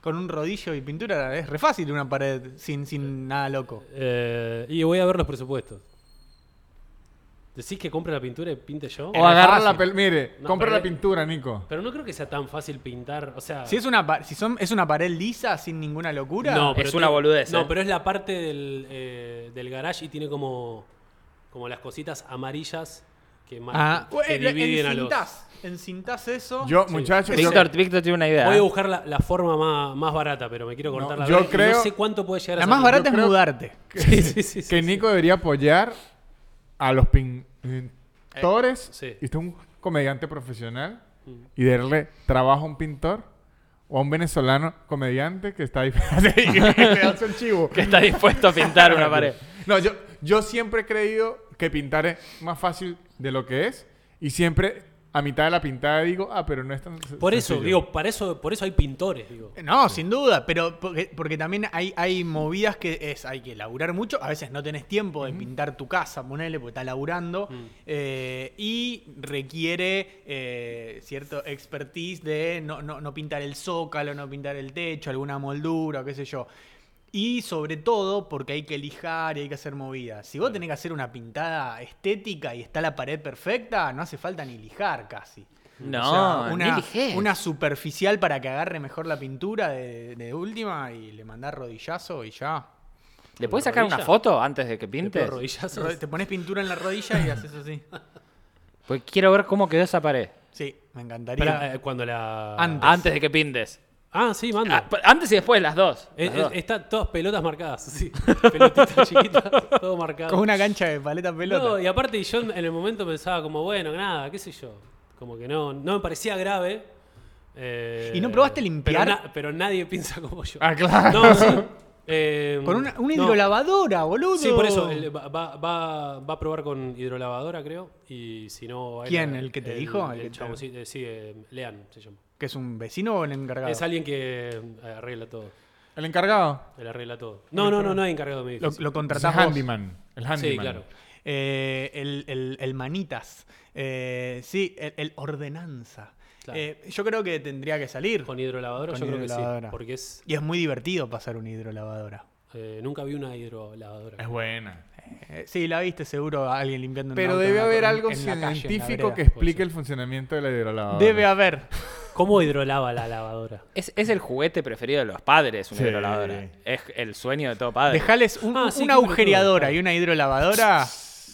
A: Con un rodillo y pintura es re fácil una pared sin, sin nada loco.
D: Eh, y voy a ver los presupuestos. Decís que compre la pintura y pinte yo.
B: O agarra la
D: Fácil.
B: pel... Mire,
D: No,
B: compra
D: pero-
B: la pintura, Nico.
D: Pero no creo que sea tan fácil pintar. O sea.
A: Si es una, pa- si son, es una pared lisa, sin ninguna locura.
D: No, pero
C: Es una
D: tiene-
C: boludez,
D: No,
C: ¿eh?
D: pero es la parte del, eh, del garage y tiene como, como las cositas amarillas que, ma-
A: Ah,
D: que
A: bueno,
D: dividen a los.
A: encintás. Encintás eso.
B: Yo, muchachos, yo,
C: Víctor, Víctor tiene una idea. ¿eh?
D: Voy a buscar la, la forma más, más barata, pero me quiero
B: No,
D: cortar la
B: yo
D: verga y
B: creo-
D: No sé cuánto puede llegar a
A: La
D: ser.
A: más barata es
B: creo-
A: mudarte.
D: Sí, sí, sí, sí,
B: que
D: sí.
B: Nico debería apoyar a los pin- pintores.
D: Eh, sí.
B: Y
D: Mm.
B: usted es un comediante profesional y darle trabajo a un pintor o a un venezolano comediante que está ahí y le hace el chivo.
C: Que está dispuesto a pintar una pared.
B: No, yo, yo siempre he creído que pintar es más fácil de lo que es y siempre a mitad de la pintada digo, ah, pero no es tan.
D: Por
B: sen-
D: eso,
B: sencillo.
D: digo, para eso, por eso hay pintores, digo.
A: No, sin duda, pero porque, porque también hay, hay movidas que es, hay que laburar mucho, a veces no tenés tiempo de pintar tu casa, ponele, porque está laburando, eh, y requiere eh, cierto expertise de no, no- no pintar el zócalo, no pintar el techo, alguna moldura, qué sé yo. Y sobre todo porque hay que lijar y hay que hacer movidas. Si vos tenés que hacer una pintada estética y está la pared perfecta, no hace falta ni lijar casi.
C: No,
A: O sea,
C: ni
A: una,
C: ligero.
A: una superficial para que agarre mejor la pintura de, de última y le mandás rodillazo y ya.
C: ¿Le puedes sacar una
D: rodilla.
C: foto antes de que
D: Le
C: pintes?
D: pego rodillazos.
A: Ro- Te pones pintura en la rodilla y haces así.
C: Porque Pues quiero ver cómo quedó esa pared.
A: Sí, me encantaría.
D: Pará, eh, cuando la.
A: Antes.
C: Antes de que pintes.
D: Ah, sí, manda.
C: Ah, pa- antes y después, las dos.
D: Eh,
C: las
D: eh,
C: dos.
D: Están todas pelotas marcadas, sí. Pelotitas chiquitas, todo marcado.
A: Con una cancha de paleta pelota.
D: No, y aparte yo en el momento pensaba como, bueno, nada, qué sé yo. Como que no, no me parecía grave. eh,
A: ¿Y no probaste
D: pero
A: limpiar?
D: na- Pero, nadie piensa como yo.
B: Ah, claro.
D: No, sí. eh,
A: Con una, una
D: no.
A: hidrolavadora, boludo.
D: Sí, por eso. él va, va- va- va a probar con hidrolavadora, creo. Y si no... baila-
A: ¿Quién? ¿El que te dijo?
D: El,
A: ¿El que te-
D: chabón, sí, eh, sí, eh, Lean se llama.
A: ¿Que es un vecino o el encargado?
D: Es alguien que eh, arregla todo.
B: El encargado.
D: Él arregla todo. No, no, no, no hay encargado de mi
A: Lo,
D: edificio.
A: lo
B: El
A: contratás vos.
B: handyman. El handyman.
D: Sí, claro.
A: Eh, el, el- el manitas. Eh, sí, el, el ordenanza.
D: Claro.
A: Eh, yo creo que tendría que salir.
D: Con hidrolavadora
A: Con
D: yo creo que sí.
A: hidrolavadora.
D: Porque es.
A: Y es muy divertido pasar una hidrolavadora.
D: eh, nunca vi una hidrolavadora.
B: Es buena.
A: Eh, Sí, la viste seguro a alguien limpiando un
B: Pero
A: auto en
B: debe
A: la-
B: haber
A: en-
B: algo
A: en la calle, en la
B: científico
A: vereda.
B: que explique el funcionamiento de la hidrolavadora.
A: Debe haber.
D: ¿Cómo hidrolava la lavadora?
C: Es, es el juguete preferido de los padres, una
B: Sí.
C: hidrolavadora. Es el sueño de todo padre.
A: Dejales un-
D: Ah, sí,
A: una
D: qué pelotudo.
A: agujereadora y una hidrolavadora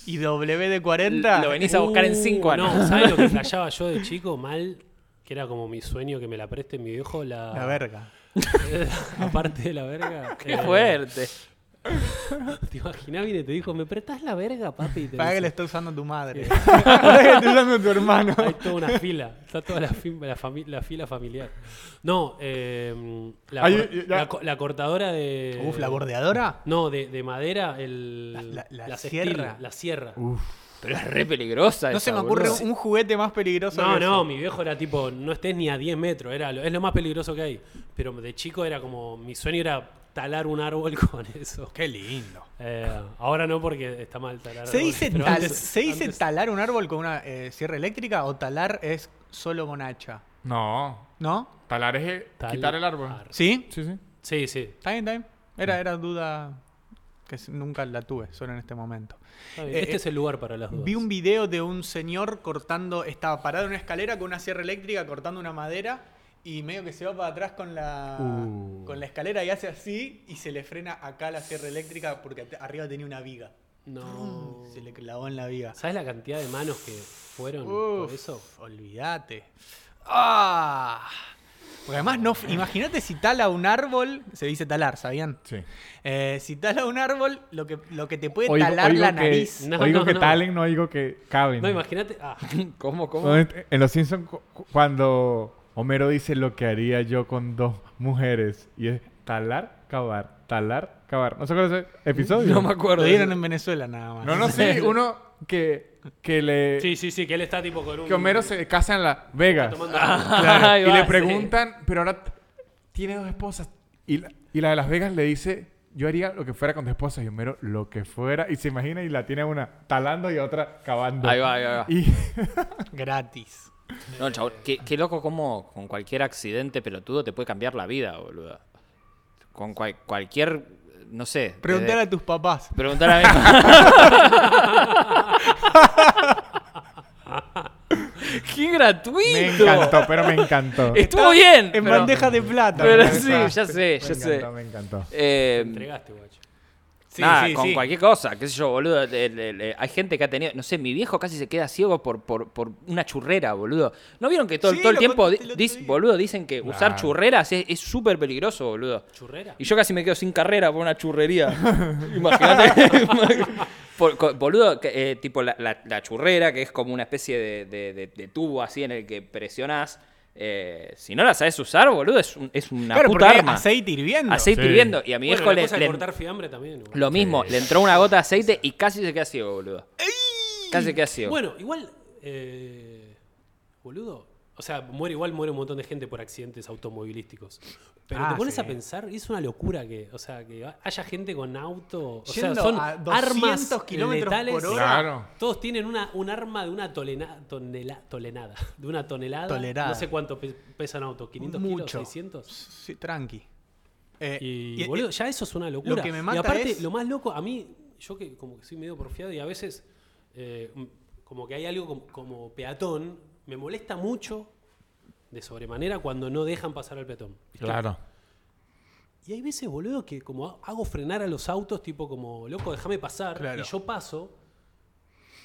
A: y WD-40.
C: Lo venís a buscar en
D: Uh,
C: 5 años.
D: No, ¿sabes lo que fallaba yo de chico mal? Que era como mi sueño que me la preste mi viejo. La,
A: La verga.
D: Aparte de la verga.
C: Qué
D: eh,
C: fuerte.
D: Te imaginas, viene y te dijo, ¿me prestás la verga, papi? Y te
A: Para que
D: dice,
A: la está usando tu madre. Para que la está usando tu hermano.
D: Hay toda una fila. Está toda la, fi- la, fami- la fila familiar. No, eh, la,
B: Ay,
D: cor-
B: eh, ya.
D: la co- la cortadora de.
A: Uf, la bordeadora.
D: No, de, de madera, el,
A: La- la- la
D: las
A: sierra.
D: estilas, la sierra.
C: Pero es re peligrosa.
A: No
C: esa,
A: se me ocurre
C: boludo.
A: un juguete más peligroso.
D: No,
A: que
D: no,
A: ese.
D: mi viejo era tipo, no estés ni a 10 metros, era lo- es lo más peligroso que hay. Pero de chico era como, mi sueño era talar un árbol con eso.
A: Qué lindo.
D: Eh, ahora no porque está mal talar
A: ¿Se
D: árboles,
A: dice,
D: pero
A: tal-
D: antes-
A: ¿se dice
D: antes-
A: talar un árbol con una eh, sierra eléctrica o talar es solo con hacha?
B: No.
A: ¿No?
B: Talar es eh,
D: tal-
B: quitar el árbol.
D: ar-
A: ¿Sí?
B: Sí, sí.
D: Sí, sí.
A: Está bien, está bien. Era, era duda que s- nunca la tuve, solo en este momento.
D: Está bien.
A: Eh,
D: este
A: eh,
D: es el lugar para las dudas.
A: Vi un video de un señor cortando, estaba parado en una escalera con una sierra eléctrica cortando una madera y medio que se va para atrás con la,
B: Uh.
A: con la escalera y hace así y se le frena acá la sierra eléctrica porque at- arriba tenía una viga.
D: No.
B: Mm.
A: Se le clavó en la viga.
D: ¿Sabes la cantidad de manos que fueron por
A: Uf,
D: eso?
A: Olvídate. ¡Ah! Porque además, no, imagínate si tala un árbol, se dice talar, ¿sabían?
B: Sí.
A: Eh, si tala un árbol, lo que, lo que te puede
B: Oigo-
A: talar
B: oigo
A: la
B: que-
A: nariz.
D: No,
B: oigo
D: no,
B: que
D: no.
B: talen, no digo que caben.
D: No, imagínate. Ah,
C: ¿Cómo, cómo?
B: Obviamente, En Los Simpsons, cu- cu- cuando Homero dice lo que haría yo con dos mujeres, y es talar, cavar, talar, cavar. ¿No se acuerdan de ese episodio?
C: No me
A: Lo
C: acuerdo.
A: dieron en Venezuela nada más.
B: No, no, sí, uno que, que le...
D: sí, sí, sí, que él está tipo con un.
B: Que Homero se casa en Las Vegas.
D: tomando-
B: Claro,
C: Ahí
B: y
C: va,
B: le
C: sí.
B: preguntan, pero ahora t- tiene dos esposas. Y la, y la de Las Vegas le dice, yo haría lo que fuera con tu esposa. Y Homero, lo que fuera. Y se imagina y la tiene una talando y otra cavando.
C: Ahí va, ahí va, ahí va.
B: Y
A: Gratis.
C: No, chabón, qué, qué loco cómo con cualquier accidente pelotudo te puede cambiar la vida, boludo. Con cual- cualquier, no sé.
A: Preguntar
C: desde-
A: a tus papás.
C: preguntar a mí. ¡Qué gratuito!
B: me encantó, pero me encantó.
C: Estuvo bien.
A: En
C: pero-
A: bandeja de plata.
C: pero
A: me
C: sí,
A: parece.
C: ya sé,
B: Me
C: ya sé.
B: encantó, me encantó.
C: Eh,
D: Entregaste, guacho.
A: Sí,
C: nada,
A: sí,
C: con
A: sí.
C: cualquier cosa, qué sé yo, boludo. El- el- el- hay gente que ha tenido, no sé, mi viejo casi se queda ciego por, por, por una churrera, boludo. ¿No vieron que todo,
A: Sí,
C: todo el
A: lo
C: tiempo,
A: contaste el otro
C: dis-
A: día.
C: boludo, dicen que usar
B: Claro.
C: churreras es es súper peligroso, boludo?
D: ¿Churrera?
C: Y yo casi me quedo sin carrera por una churrería. Imagínate. Por- co- boludo, que, eh, tipo la, la- la churrera, que es como una especie de, de- de- de tubo así en el que presionás. eh, si no la sabes usar, boludo, es, un- es una
A: Claro, porque
C: puta arma.
A: aceite hirviendo.
C: Aceite
B: Sí.
C: hirviendo. Y a mi
D: Bueno,
C: viejo
D: la
C: le,
D: cosa de
C: le-
D: cortar fiambre también. guacho.
C: lo mismo, le entró una gota de aceite y casi se queda ciego, boludo. Casi se queda ciego.
D: Bueno, igual. eh, boludo. O sea, muere igual, muere un montón de gente por accidentes automovilísticos. Pero
A: Ah,
D: te pones
A: sí.
D: a pensar, y es una locura que, o sea, que haya gente con auto. O sea,
A: Yendo
D: son
A: a 200
D: armas
A: kilómetros
D: letales.
A: por hora.
B: Claro.
D: Todos tienen una, un arma de una tolena, tonela- tolenada. De una tonelada.
A: Tolerada.
D: No sé cuánto pe- pesa un auto, 500 kilos,
A: Mucho.
D: 600.
A: Sí, tranqui. Eh,
D: Y, boludo, ya eso es una locura.
A: lo que me mata
D: y aparte,
A: es-
D: lo más loco, a mí, yo que como que soy medio porfiado y a veces eh, m- como que hay algo com- como, peatón, me molesta mucho de sobremanera cuando no dejan pasar al peatón. ¿viste?
B: Claro.
D: Y hay veces, boludo, que como ha- hago frenar a los autos, tipo como, loco, déjame pasar.
A: Claro.
D: Y yo paso.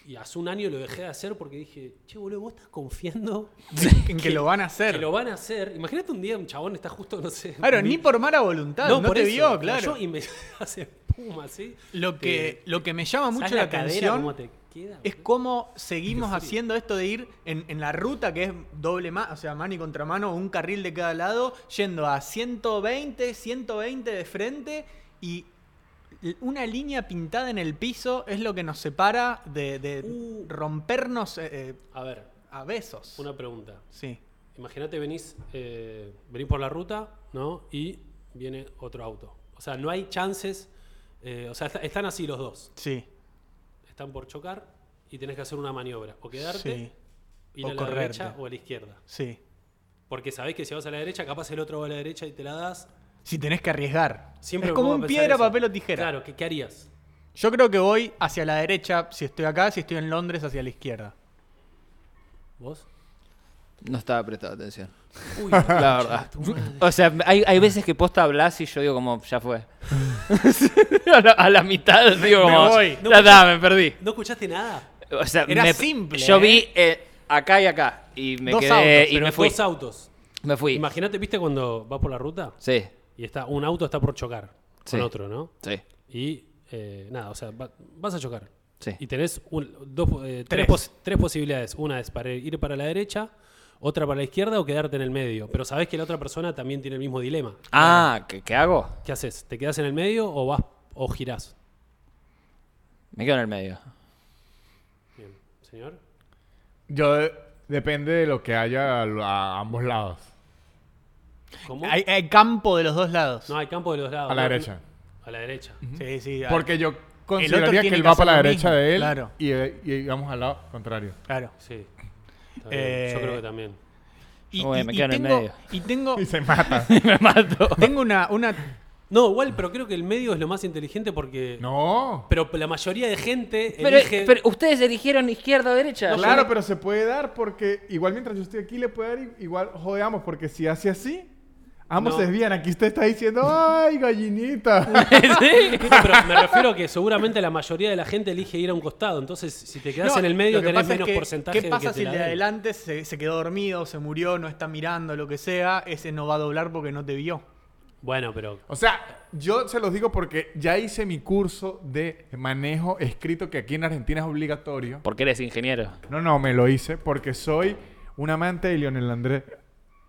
D: Y hace un año lo dejé de hacer porque dije, che, boludo, vos estás confiando
A: en que lo van a hacer.
D: que lo van a hacer. Imagínate un día un chabón está justo, no sé.
A: Claro, ni por mala voluntad, no, te
D: eso.
A: vio,
D: Cayó
A: claro.
D: Y me hace puma, ¿sí?
A: Lo que, lo que me llama mucho
D: ¿Sabes
A: la,
D: la cadera
A: atención
D: cómo te queda?
A: es
D: boludo?
A: cómo seguimos haciendo esto de ir en, en la ruta que es doble mano, o sea, mano y contramano, un carril de cada lado, yendo a 120, 120 de frente y l- una línea pintada en el piso es lo que nos separa de, de
D: Uh.
A: rompernos eh, eh,
D: A ver,
A: a besos.
D: una pregunta.
A: Sí.
D: Imagínate venís, eh, venís por la ruta, ¿no? Y viene otro auto. O sea, no hay chances. eh, o sea, est- están así los dos.
A: Sí.
D: Están por chocar y tenés que hacer una maniobra. O quedarte,
A: Sí.
D: ir
A: O
D: a la
A: correrte.
D: derecha o a la izquierda.
A: Sí.
D: Porque sabés que si vas a la derecha, capaz el otro va a la derecha y te la das.
A: Si tenés que arriesgar.
D: Siempre
A: es
D: me
A: como
D: pongo a
A: un
D: pensar
A: piedra,
D: eso.
A: papel o tijera.
D: Claro, ¿qué, qué harías?
A: Yo creo que voy hacia la derecha si estoy acá, si estoy en Londres, hacia la izquierda.
D: ¿Vos?
C: No estaba prestando atención.
D: Uy,
C: La
A: Ah,
C: verdad. O sea, hay, hay veces que posta hablas y yo digo como, ya fue. a, la, a la mitad digo
A: Me
C: como,
A: voy.
C: Ya está, me perdí.
D: ¿No escuchaste nada?
C: O sea,
A: Era
C: me-
A: simple,
C: Yo
A: ¿eh?
C: vi eh, acá y acá y me
A: Dos
C: quedé
A: autos,
C: y
D: Pero
C: me fui.
D: Dos autos.
C: Me fui.
D: Imagínate, ¿viste cuando vas por la ruta?
C: Sí,
D: Y está, un auto está por chocar
C: Sí.
D: con otro, ¿no?
C: sí,
D: Y eh, nada, o sea, va- vas a chocar.
C: sí.
D: Y tenés un- dos, eh,
A: Tres.
D: tres. pos- tres posibilidades. Una es para ir para la derecha, otra para la izquierda o quedarte en el medio. Pero sabés que la otra persona también tiene el mismo dilema.
C: Ah, ¿qué, qué hago?
D: ¿Qué haces? ¿Te quedás en el medio o vas o girás?
C: Me quedo en el medio.
D: Bien, señor.
B: Yo de- depende de lo que haya a, a ambos lados.
D: ¿Cómo?
A: Hay, hay campo de los dos lados.
D: No, hay campo de los lados.
B: A la
C: Ah,
D: No,
B: derecha.
D: A la derecha.
A: Sí, sí. ah, hay-
B: Porque yo
A: otro
B: consideraría
A: tiene
B: que él
A: que
B: va
A: hacer
B: para la
A: lo
B: derecha
A: mismo,
B: de él
A: claro.
B: y, eh, y vamos al lado contrario.
A: Claro.
D: Sí. Está bien.
A: Eh,
D: Yo creo que también.
A: Y,
C: Bueno,
A: y-
C: me
A: y
C: quedo en el
A: tengo,
C: medio.
A: y tengo,
B: Y se mata.
C: me mato.
A: tengo una, una.
D: No, igual, pero creo que el medio es lo más inteligente porque.
B: No.
D: Pero la mayoría de gente
C: Pero,
D: elige.
C: pero ustedes eligieron izquierda o derecha.
B: Claro, pero se puede dar porque igual mientras yo estoy aquí le puede dar i- igual jodeamos porque si hace así, ambos
D: No.
B: se desvían. Aquí usted está diciendo, ¡ay, gallinita!
C: Sí.
D: No, pero me refiero a que seguramente la mayoría de la gente elige ir a un costado. Entonces, si te quedas
A: No,
D: en el medio,
A: lo que
D: tenés
A: pasa es
D: menos
A: que,
D: porcentaje
A: ¿Qué
D: de
A: pasa
D: que te
A: si
D: la
A: el de
D: den.
A: adelante se, se quedó dormido, se murió, no está mirando, lo que sea? Ese no va a doblar porque no te vio.
D: Bueno, pero.
B: o sea, yo se los digo porque ya hice mi curso de manejo escrito que aquí en Argentina es obligatorio.
C: Porque eres ingeniero.
B: No, no, me lo hice porque soy un amante de Lionel Andrés.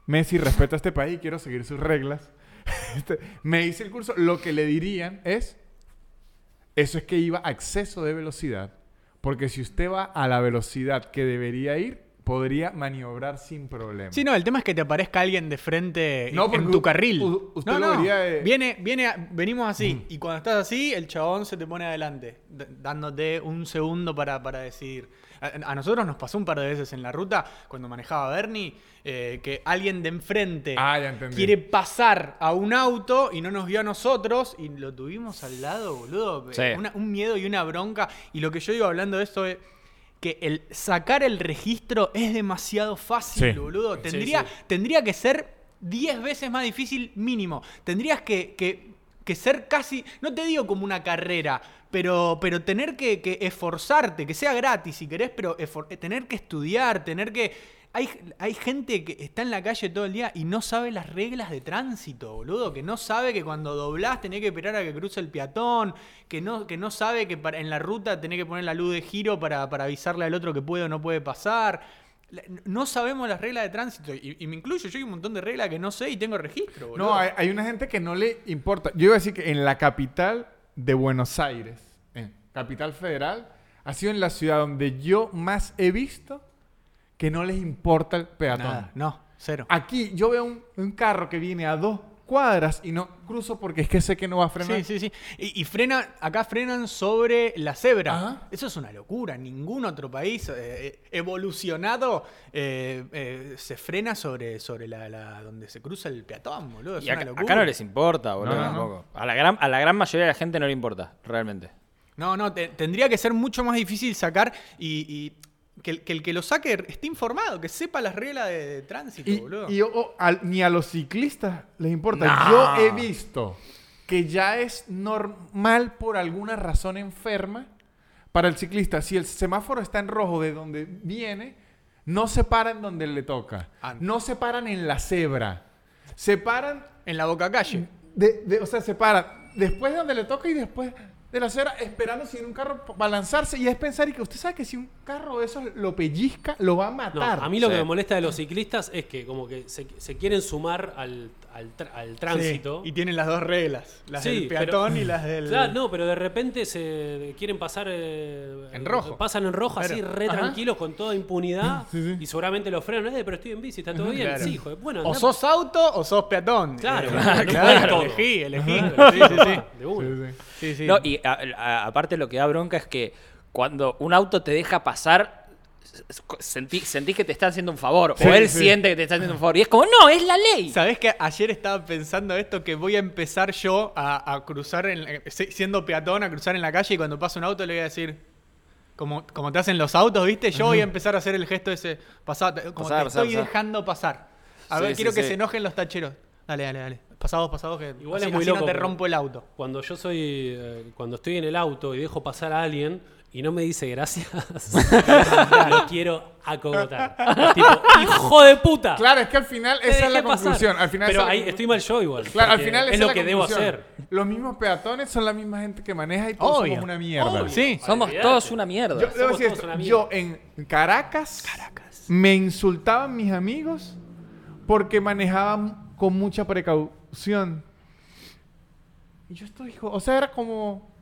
B: Messi respeta a este país, quiero seguir sus reglas. Este, me hice el curso. Lo que le dirían es, eso es que iba a exceso de velocidad. Porque si usted va a la velocidad que debería ir, podría maniobrar sin problema.
A: Sí, no, el tema es que te aparezca alguien de frente
B: No,
A: en
B: porque
A: tu
B: u-
A: carril.
B: u- usted
A: no,
B: lo
A: no.
B: vería de-
A: Viene, viene, a- venimos así. Y cuando estás así, el chabón se te pone adelante, d- dándote un segundo para, para decidir. A, a nosotros nos pasó un par de veces en la ruta, cuando manejaba Bernie, eh, que alguien de enfrente
B: Ah, ya entendí.
A: quiere pasar a un auto y no nos vio a nosotros y lo tuvimos al lado, boludo.
C: Sí.
A: Una- un miedo y una bronca. Y lo que yo digo hablando de esto es que el sacar el registro es demasiado fácil,
B: Sí.
A: boludo. Tendría,
D: sí.
A: tendría que ser 10 veces más difícil mínimo. Tendrías que, que- que ser casi, no te digo como una carrera, pero, pero tener que, que esforzarte, que sea gratis si querés, pero esfor- eh, tener que estudiar, tener que... Hay, hay gente que está en la calle todo el día y no sabe las reglas de tránsito, boludo, que no sabe que cuando doblás tenés que esperar a que cruce el peatón, que no, que no sabe que para- en la ruta tenés que poner la luz de giro para, para avisarle al otro que puede o no puede pasar. La- No sabemos las reglas de tránsito. Y, y me incluyo, yo hay un montón de reglas que no sé y tengo registro, boludo.
B: No, hay, hay una gente que no le importa. Yo iba a decir que en la capital de Buenos Aires, en capital federal, ha sido en la ciudad donde yo más he visto que no les importa el peatón.
A: Nada, no, cero.
B: Aquí yo veo un, un carro que viene a dos cuadras y no cruzo porque es que sé que no va a frenar.
A: Sí, sí, sí. Y, y frena, acá frenan sobre la cebra.
B: Ajá.
A: Eso es una locura. Ningún otro país eh, evolucionado eh, eh, se frena sobre, sobre la, la- donde se cruza el peatón, boludo. Es
C: Y
A: una
C: acá,
A: locura.
C: acá no les importa, boludo.
B: No, no, no.
C: tampoco. A, la gran, a la gran mayoría de la gente no le importa, realmente.
A: No, no, te- tendría que ser mucho más difícil sacar y, y que, el- que el que lo saque esté informado, que sepa las reglas de, de tránsito,
B: Y,
A: boludo.
B: y, o- al- ni a los ciclistas les importa.
C: No.
B: Yo he visto que ya es normal por alguna razón enferma para el ciclista. Si el semáforo está en rojo de donde viene, no se paran donde le toca.
A: Ah.
B: No se paran en la cebra. Se paran,
A: en la boca calle.
B: de, de- o sea, se paran después de donde le toca y después de la cebra, esperando si viene un carro para lanzarse. Y es pensar y que usted sabe que si un carro de esos lo pellizca, lo va a
D: No,
B: matar.
D: a mí lo
C: Sí.
D: que me molesta de los ciclistas es que como que se, se quieren sumar al, al tra- al tránsito.
A: Sí, y tienen las dos reglas, las
D: Sí,
A: del peatón
D: pero-
A: y las del...
D: Claro, no, pero de repente se quieren pasar eh,
A: En rojo.
D: Pasan en rojo así
A: Claro.
D: re
B: Ajá.
D: tranquilos con toda impunidad
B: Sí, sí.
D: y seguramente los frenan, eh, pero estoy en bici, está todo bien.
A: Claro.
D: Sí, hijo de- bueno,
A: O
D: andá-
A: sos auto o sos peatón.
D: Claro,
A: Eh,
D: claro,
A: claro,
D: todo.
A: elegí, elegí.
D: Claro,
A: Sí, sí, sí.
D: de una.
B: Sí, sí.
A: Sí, sí.
C: No, y a- a- aparte lo que da bronca es que cuando un auto te deja pasar, s- sentí- sentís que te está haciendo un favor.
B: Sí,
C: o él
B: sí.
C: siente que te está haciendo un favor. Y es como, no, es la ley.
A: ¿Sabés que ayer estaba pensando esto? Que voy a empezar yo a, a cruzar, en, eh, si- siendo peatón, a cruzar en la calle y cuando pasa un auto le voy a decir, como, como te hacen los autos, ¿viste? Yo voy a empezar a hacer el gesto ese, pasá, te- como
C: Pasá,
A: te
C: pasá,
A: estoy
C: pasá.
A: dejando pasar. A
C: Sí,
A: ver,
C: sí,
A: quiero que
C: sí.
A: se enojen los tacheros. Dale, dale, dale. Pasados, pasados, que
D: Igual
A: así-
D: es muy
A: así
D: loco,
A: no te
D: porque-
A: rompo el auto.
D: Cuando yo soy, eh, cuando estoy en el auto y dejo pasar a alguien y no me dice gracias, lo quiero acogotar. tipo, hijo de puta.
B: Ah. Claro, es que al final
D: Te
B: esa es
D: dejé
B: la
D: pasar.
B: conclusión. Al final esa
D: pero
B: es la
D: ahí
B: conclu-
D: estoy mal yo igual.
B: Claro, al
D: porque
B: final esa
D: es lo
B: la
D: que debo
B: conclusión.
D: hacer.
B: Los mismos peatones son la misma gente que maneja y todos
A: Obvio.
B: somos una mierda.
A: Obvio. Sí.
C: Somos
D: Olvidate.
C: todos una mierda.
B: Yo, debo
D: Somos
B: decir
D: todos
B: esto,
D: una mierda.
B: yo en Caracas, me insultaban mis amigos porque manejaban con mucha precaución. Y yo estoy, hijo, o sea, era como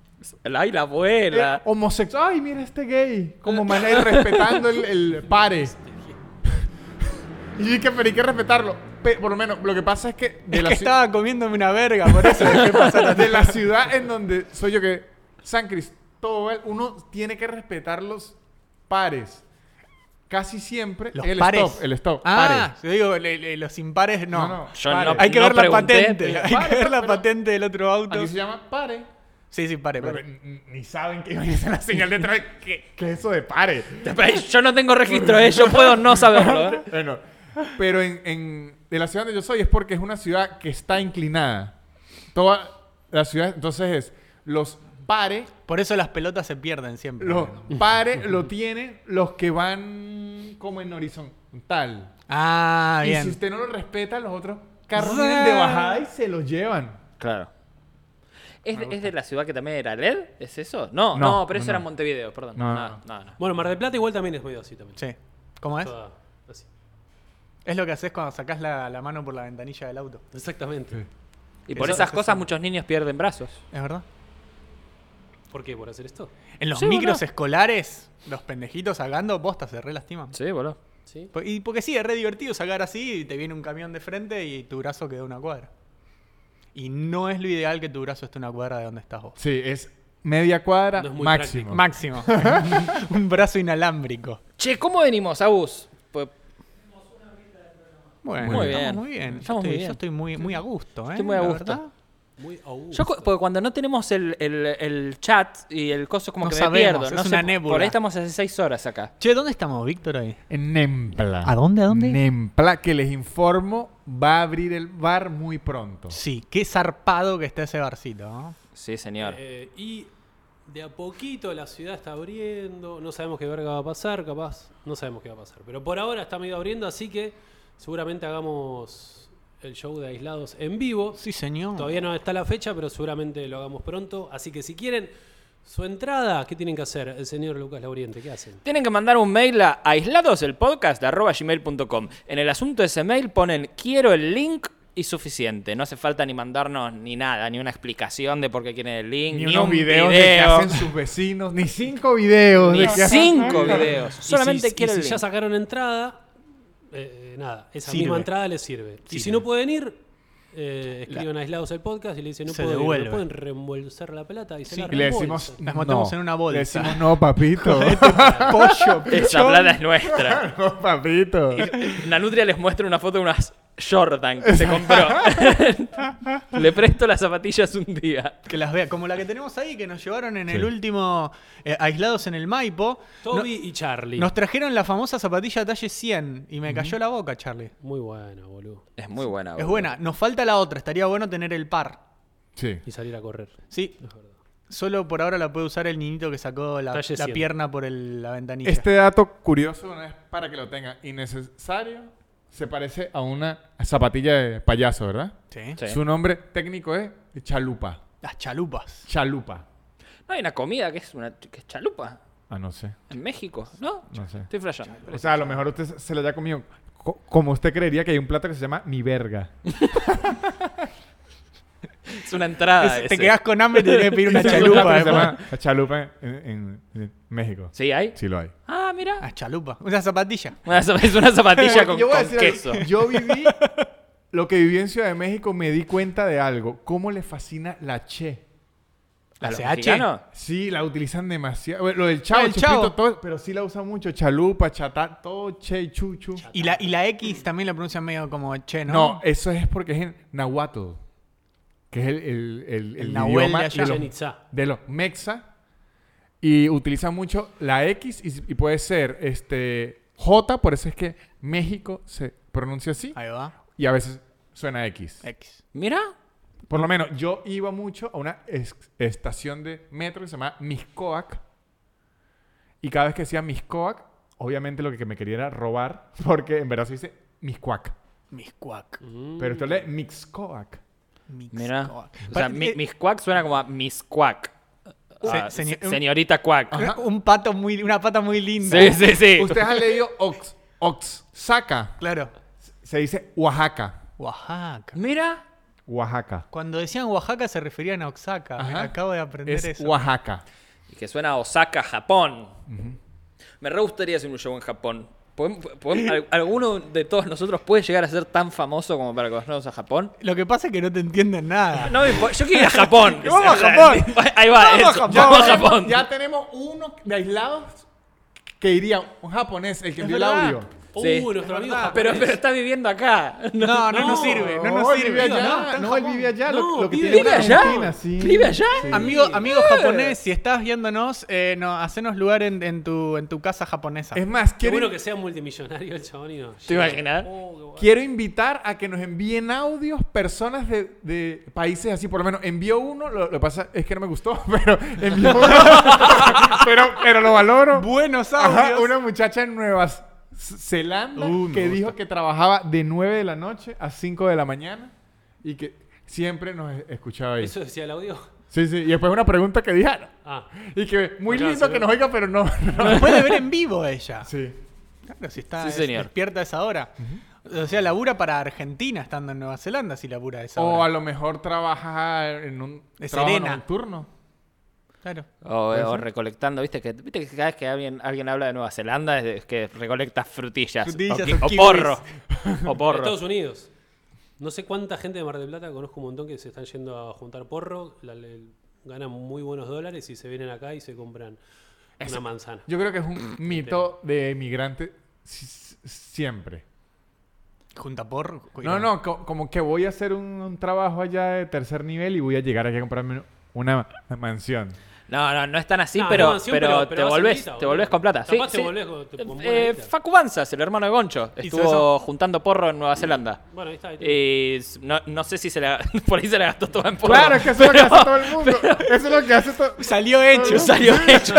C: Ay, la
B: eh,
C: abuela.
B: homosexual. Ay, mira este gay. Como maneja respetando el, el pare. Y dije, pero hay que respetarlo. Pe- por lo menos, lo que pasa es que de
A: Es
B: la
A: que
B: ci-
A: estaba comiéndome una verga, por eso dejé pasar a
B: de la ciudad en donde soy yo que San Cristóbal uno tiene que respetar los pares casi siempre
A: Los
B: el
A: pares.
B: stop el stop
A: Ah,
B: pares.
A: yo digo, le- le- los impares no.
C: Yo
B: pares.
C: no-
A: oh, Hay que ver la
C: pregunté,
A: patente.
C: pero-
A: Hay que ver la
B: Pero-
A: patente del otro auto.
B: aquí se llama pare
A: Sí, sí, pare,
B: pero
A: pare.
B: n- ni saben que es la señal de tráfico que, que eso de pare
C: Pero Yo no tengo registro, ¿eh? yo puedo no saberlo. ¿eh?
B: bueno pero en, en- de la ciudad donde yo soy es porque es una ciudad que está inclinada toda la ciudad entonces es los pares
A: Por eso las pelotas se pierden siempre.
B: Los pares lo tienen los que van como en horizontal.
A: Ah,
B: Y si
A: bien. Ah.
B: usted no lo respeta, los otros carros vienen de bajada y se los llevan.
C: Claro. ¿Es, de- es de la ciudad que también era LED? ¿Es eso? No, no,
B: No,
C: pero eso
B: no,
C: era
B: no.
C: Montevideo, perdón.
B: No,
C: No,
B: no.
C: no, no.
D: Bueno, Mar del Plata igual también es medio así también.
A: Sí. ¿Cómo es?
D: Toda así.
A: Es lo que haces cuando sacás la, la mano por la ventanilla del auto.
D: Exactamente.
C: Y por
A: Eso-
C: esas cosas muchos niños pierden brazos.
A: ¿Es verdad?
D: ¿Por qué? ¿Por hacer esto?
A: En los
C: Sí,
A: micros
C: boludo.
A: escolares, los pendejitos sacando, posta, se re lastiman.
C: Sí, boludo.
D: ¿Sí?
A: Po- Pues, Y porque sí, es re divertido sacar así y te viene un camión de frente y tu brazo queda a una cuadra. Y no es lo ideal que tu brazo esté a una cuadra de donde estás vos.
B: Sí, es media cuadra
D: No es muy
B: máximo.
A: Máximo. un brazo inalámbrico.
C: Che, ¿cómo venimos, Agus? Pues,
A: Bueno,
C: Muy bien.
A: estamos muy bien. Yo
C: Estamos
A: estoy,
C: muy bien.
A: yo estoy muy, muy a gusto, ¿eh?
C: Estoy muy a
A: La
C: gusto.
A: verdad.
D: Muy a gusto.
C: yo, cu- porque cuando no tenemos el, el- el chat y el coso, es como
A: No
C: que
A: sabemos,
C: me pierdo.
A: es
C: no sé,
A: una
C: por-
A: nébula.
C: Por ahí estamos hace seis horas acá.
A: Che, ¿dónde estamos, Víctor, ahí?
B: En Nempla.
A: ¿A dónde, a dónde?
B: Nempla, que les informo, va a abrir el bar muy pronto.
A: Sí, qué zarpado que está ese barcito, ¿no?
C: Sí, señor.
D: Eh, y de a poquito la ciudad está abriendo. No sabemos qué verga va a pasar, capaz. No sabemos qué va a pasar. Pero por ahora está medio abriendo, así que seguramente hagamos el show de aislados en vivo.
A: Sí, señor.
D: Todavía no está la fecha, pero seguramente lo hagamos pronto. Así que si quieren su entrada, ¿qué tienen que hacer? El señor Lucas Lauriente, ¿qué hacen?
C: Tienen que mandar un mail a aisladoselpodcast.com. En el asunto de ese mail ponen quiero el link y suficiente. No hace falta ni mandarnos ni nada, ni una explicación de por qué quieren el link,
B: Ni
C: ni,
B: unos
C: un
B: videos de que
C: video,
B: hacen sus vecinos, ni cinco videos.
C: ni
B: de que hacen-
C: cinco videos.
D: Y
C: Solamente
D: si- y
C: quiero el
D: si
C: link.
D: ya sacaron entrada, eh, nada, esa
A: Sirve.
D: misma entrada les sirve. Y si
A: Sirve.
D: no pueden ir, eh, escriban aislados el podcast y le dicen, no
A: Se
D: puedo ir, ¿me
A: devuelve.
D: pueden reembolsar la plata y se
A: Sí.
D: la
B: Y le decimos.
D: reembolsan.
A: Las metemos
B: no.
A: en una bolsa.
B: Le decimos, no, papito.
A: Pollo,
C: Esa plata es nuestra.
B: Este no, papito.
C: La nutria les muestra una foto de unas Jordan que se compró. Le presto las zapatillas un día.
A: Que las vea, como la que tenemos ahí, que nos llevaron en
B: Sí.
A: el último, eh, aislados en el Maipo.
D: Toby y Charlie.
A: No- nos trajeron la famosa zapatilla talle 100 y me cayó la boca, Charlie.
D: Muy buena, boludo.
C: Es muy buena.
A: Es
C: boludo.
A: buena, nos falta la otra, estaría bueno tener el par.
B: Sí.
D: Y salir a correr.
A: Sí, solo por ahora la puede usar el niñito que sacó la,
D: Talle
A: la
D: 100.
A: pierna por el- la ventanilla.
B: Este dato curioso, no es para que lo tenga, innecesario, se parece a una zapatilla de payaso, ¿verdad?
A: Sí.
C: Sí.
B: Su nombre técnico es chalupa.
A: Las chalupas.
B: Chalupa.
C: No hay una comida que es una que es chalupa
B: Ah, no sé.
C: en México, ¿no?
B: No sé.
C: Estoy flasheando.
B: O sea, a lo mejor usted se lo haya comido. Co- Como usted creería que hay un plato que se llama mi verga.
C: Es una entrada.
A: Es- te
C: Ah, ese.
A: quedás con hambre y te tenés que pedir una
B: Hay un plato
A: chalupa.
B: que se
A: después.
B: llama chalupa en, en- en México.
C: ¿Sí hay?
B: Sí lo hay.
C: Ah, mira.
A: Las chalupas, una zapatilla.
C: Una zap- Es una zapatilla con,
B: Yo voy a
C: con
B: decir algo.
C: queso.
B: Yo viví lo que viví en Ciudad de México, me di cuenta de algo. ¿Cómo le fascina la che?
A: La
C: ¿A los
A: CH.
C: mexicanos?
B: Sí, la utilizan demasiado. Bueno, lo del chavo,
A: Ah, el
B: chupito,
A: chavo.
B: todo, pero sí la usan mucho. Chalupa, chatá, todo che, chuchu.
A: Y la, y la X también la pronuncian medio como che, ¿no?
B: ¿no? eso es porque es en nahuatl, que es el, el, el- el
A: nahuel
B: idioma
A: de allá.
B: los-
D: Chichen Itza.
B: de los mexa y utilizan mucho la X y, y puede ser este J, por eso es que México se pronuncia así
A: Ahí va.
B: y a veces suena X.
A: X.
C: Mira.
B: Por lo menos yo iba mucho a una es- estación de metro que se llama Miscoac. Y cada vez que decía Miscoac, obviamente lo que me quería era robar, porque en verdad se dice Miscoac.
A: Miscuac.
B: Pero usted lee Mixcoac.
C: Mira.
A: Miscuac.
C: O sea,
A: Pare-
C: mi-
A: eh,
C: Miss Quack suena como a Miss Quack. Ah,
A: Se- señor-
C: se- señorita Quack.
A: un pato muy, una pata muy linda.
C: Sí, sí, sí.
B: Ustedes han leído Ox, Oaxaca.
A: Claro.
B: Se dice Oaxaca.
A: Oaxaca.
C: Mira.
B: Oaxaca.
A: Cuando decían Oaxaca se referían a Oaxaca.
B: Ajá.
A: Acabo de aprender
B: Es
A: eso.
B: Oaxaca.
C: Y que suena a Osaka, Japón. Me re gustaría hacer un show en Japón. ¿Podem- podem- al- ¿Alguno de todos nosotros puede llegar a ser tan famoso como para conocernos a Japón?
A: Lo que pasa es que no te entienden nada.
C: No, me impo- yo quiero ir a Japón. que
A: Vamos
C: sea-
A: a Japón.
C: Ahí va,
A: Vamos a
C: eso.
A: Japón.
C: Vamos a Japón.
B: Ya tenemos uno de aislados que iría un japonés, el que
A: Es
B: envió el
A: verdad.
B: audio.
D: Uh,
C: Sí.
D: nuestro amigo
A: Verdad.
D: japonés.
C: Pero, pero está viviendo acá.
A: No, no, no,
D: No.
A: sirve. No nos
B: él
A: sirve.
B: vive allá,
A: No, está en
B: no, él
A: Japón.
B: vive allá. lo-
D: No,
B: lo que
D: vive-
B: tiene
C: ¿Vive
B: una
C: allá?
B: Argentina, sí.
C: ¿Vive allá?
A: Amigo, amigo japonés, si estás viéndonos, eh, no, hacenos lugar en, en tu, en tu casa japonesa.
B: Es más,
D: Qué
B: quiero,
D: bueno que sea multimillonario el chabón y no.
C: ¿Te imaginas?
D: Oh, qué bueno.
B: quiero invitar a que nos envíen audios personas de, de países así. Por lo menos envió uno, lo que pasa es que no me gustó, pero envió uno. pero, pero lo valoro.
A: Buenos
B: Ajá,
A: audios.
B: una muchacha en Nueva Z- Zelanda
A: Uh, me
B: que
A: gusta.
B: dijo que trabajaba de 9 de la noche a 5 de la mañana y que siempre nos e- escuchaba ahí.
D: ¿Eso decía el audio?
B: Sí, sí. Y después una pregunta que dijeron.
D: Ah.
B: Y que muy
D: Acá
B: lindo
D: se
B: que
D: ve.
B: nos oiga, pero no. no.
A: Nos puede ver en vivo ella.
B: Sí.
A: Claro, si está
C: Sí,
A: es-
C: señor.
A: despierta a esa hora. O sea, labura para Argentina estando en Nueva Zelanda si labura a esa
B: O a
A: hora.
B: lo mejor trabaja en un
A: De
B: trabajo
A: serena.
B: nocturno.
A: Claro.
C: O, o recolectando, ¿viste? Que, ¿viste que cada vez que alguien, alguien habla de Nueva Zelanda es de- es que recolecta frutillas.
A: Frutillas
C: o,
A: o
C: qui- o
A: kiwis.
C: porro. O porro.
D: Estados Unidos. No sé cuánta gente de Mar del Plata, conozco un montón que se están yendo a juntar porro, la- le- ganan muy buenos dólares y se vienen acá y se compran una manzana.
B: Yo creo que es un mito de emigrante si- si- siempre.
A: Junta por.
B: No, no, co- como que voy a hacer un, un trabajo allá de tercer nivel y voy a llegar aquí a comprarme una ma- mansión.
C: No, no, no es tan así,
D: No,
C: pero,
D: no, sí,
C: pero,
D: pero-
C: te
D: pero vas
C: volvés,
D: solita,
C: te
D: boludo.
C: volvés con plata. Sí,
D: Capaz te
C: sí.
D: volvés con- te- con buena
C: eh,
D: guita.
C: Facu Banzas, el hermano de Goncho,
A: ¿Hizo
C: estuvo
A: eso?
C: juntando porro en Nueva Zelanda.
D: Bueno, ahí está. ahí está.
C: Y s- no, no sé si se la, por ahí se la gastó toda en porro.
B: Claro, es que eso es lo que hace todo el mundo. eso es lo que hace todo.
A: Salió hecho.
C: pero salió hecho.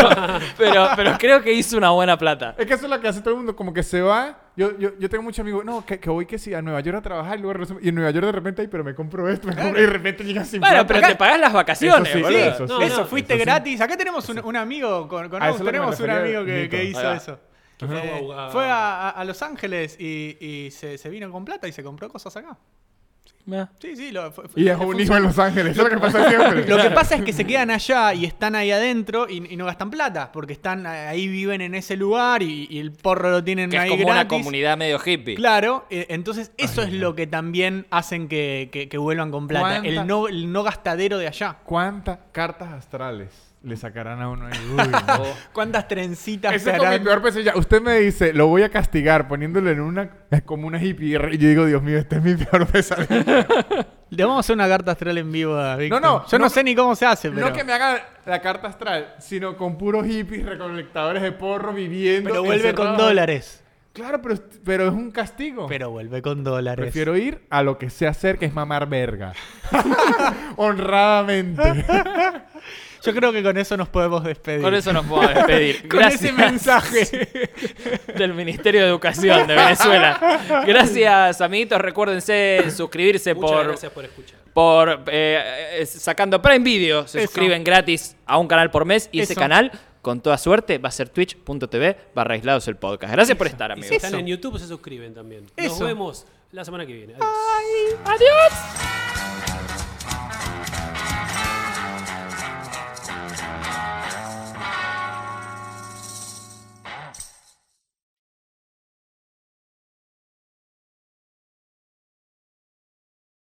C: Pero, pero creo que hizo una buena plata.
B: Es que eso es lo que hace todo el mundo, como que se va. Yo, yo, yo tengo muchos amigos, no, que, que voy que sí, a Nueva York a trabajar y luego regreso- Y en Nueva York de repente, ay, pero me compro esto, me compro- y de repente llegan sin
C: Bueno,
B: plata.
C: pero te pagás las vacaciones,
B: Eso sí,
C: boludo.
B: eso
D: No,
A: eso,
D: no,
A: fuiste gratis. Acá tenemos un, un amigo con, con
B: A
A: Agus,
B: Ah, eso es lo que
A: tenemos
B: me
A: un
B: refería,
A: amigo que,
B: Nito.
A: que
C: Ahí
A: hizo
C: va.
A: eso.
D: Que fue
A: Eh,
D: a- a-
A: fue a, a- a Los Ángeles y, y se, se vino con plata y se compró cosas acá. Sí.
C: Meh.
A: Sí, sí, lo, fue- fue-
B: Y dejó un hijo en Los Ángeles. Eso es lo que pasa siempre.
A: Lo que pasa es que se quedan allá y están ahí adentro y, y no gastan plata, porque están ahí viven en ese lugar y, y el porro lo tienen
C: Que es
A: ahí
C: como una
A: gratis.
C: comunidad medio hippie.
A: Claro, eh, entonces eso es lo que también hacen que, que- que vuelvan con plata,
B: ¿Cuánta?
A: el no, el no gastadero de allá.
B: ¿Cuántas cartas astrales le sacarán a uno? ahí? Uy, no.
C: Oh.
A: ¿Cuántas trencitas
B: Ese
A: te
B: es como mi
A: harán?
B: peor pesadilla. Usted me dice, lo voy a castigar poniéndolo en una... Como una hippie. Y yo digo, Dios mío, este es mi peor pesadilla.
A: Le vamos a hacer una carta astral en vivo a Víctor.
B: No, no,
A: Yo no,
B: no
A: sé ni cómo se hace, pero,
B: No que me hagan la carta astral, sino con puros hippies, recolectadores de porro, viviendo.
A: pero vuelve con
B: encerrados.
A: dólares.
B: Claro, pero, pero es un castigo.
A: Pero vuelve con dólares.
B: Prefiero ir a lo que se hacer, que es mamar verga. Honradamente.
A: Yo creo que con eso nos podemos despedir.
C: Con eso nos podemos despedir.
A: Con ese mensaje.
C: del Ministerio de Educación de Venezuela. Gracias, amiguitos. Recuérdense suscribirse
D: Muchas
C: por,
D: gracias por escuchar.
C: por eh, eh, sacando Prime Video. Se
A: Eso.
C: suscriben gratis a un canal por mes y ese
A: Eso.
C: canal, con toda suerte, va a ser twitch.tv barra aislados el podcast. Gracias por estar,
D: Y
C: amigos.
D: si están en YouTube, se suscriben también.
A: Eso.
D: Nos vemos la semana que viene. Adiós.
C: Adiós.
B: Adiós.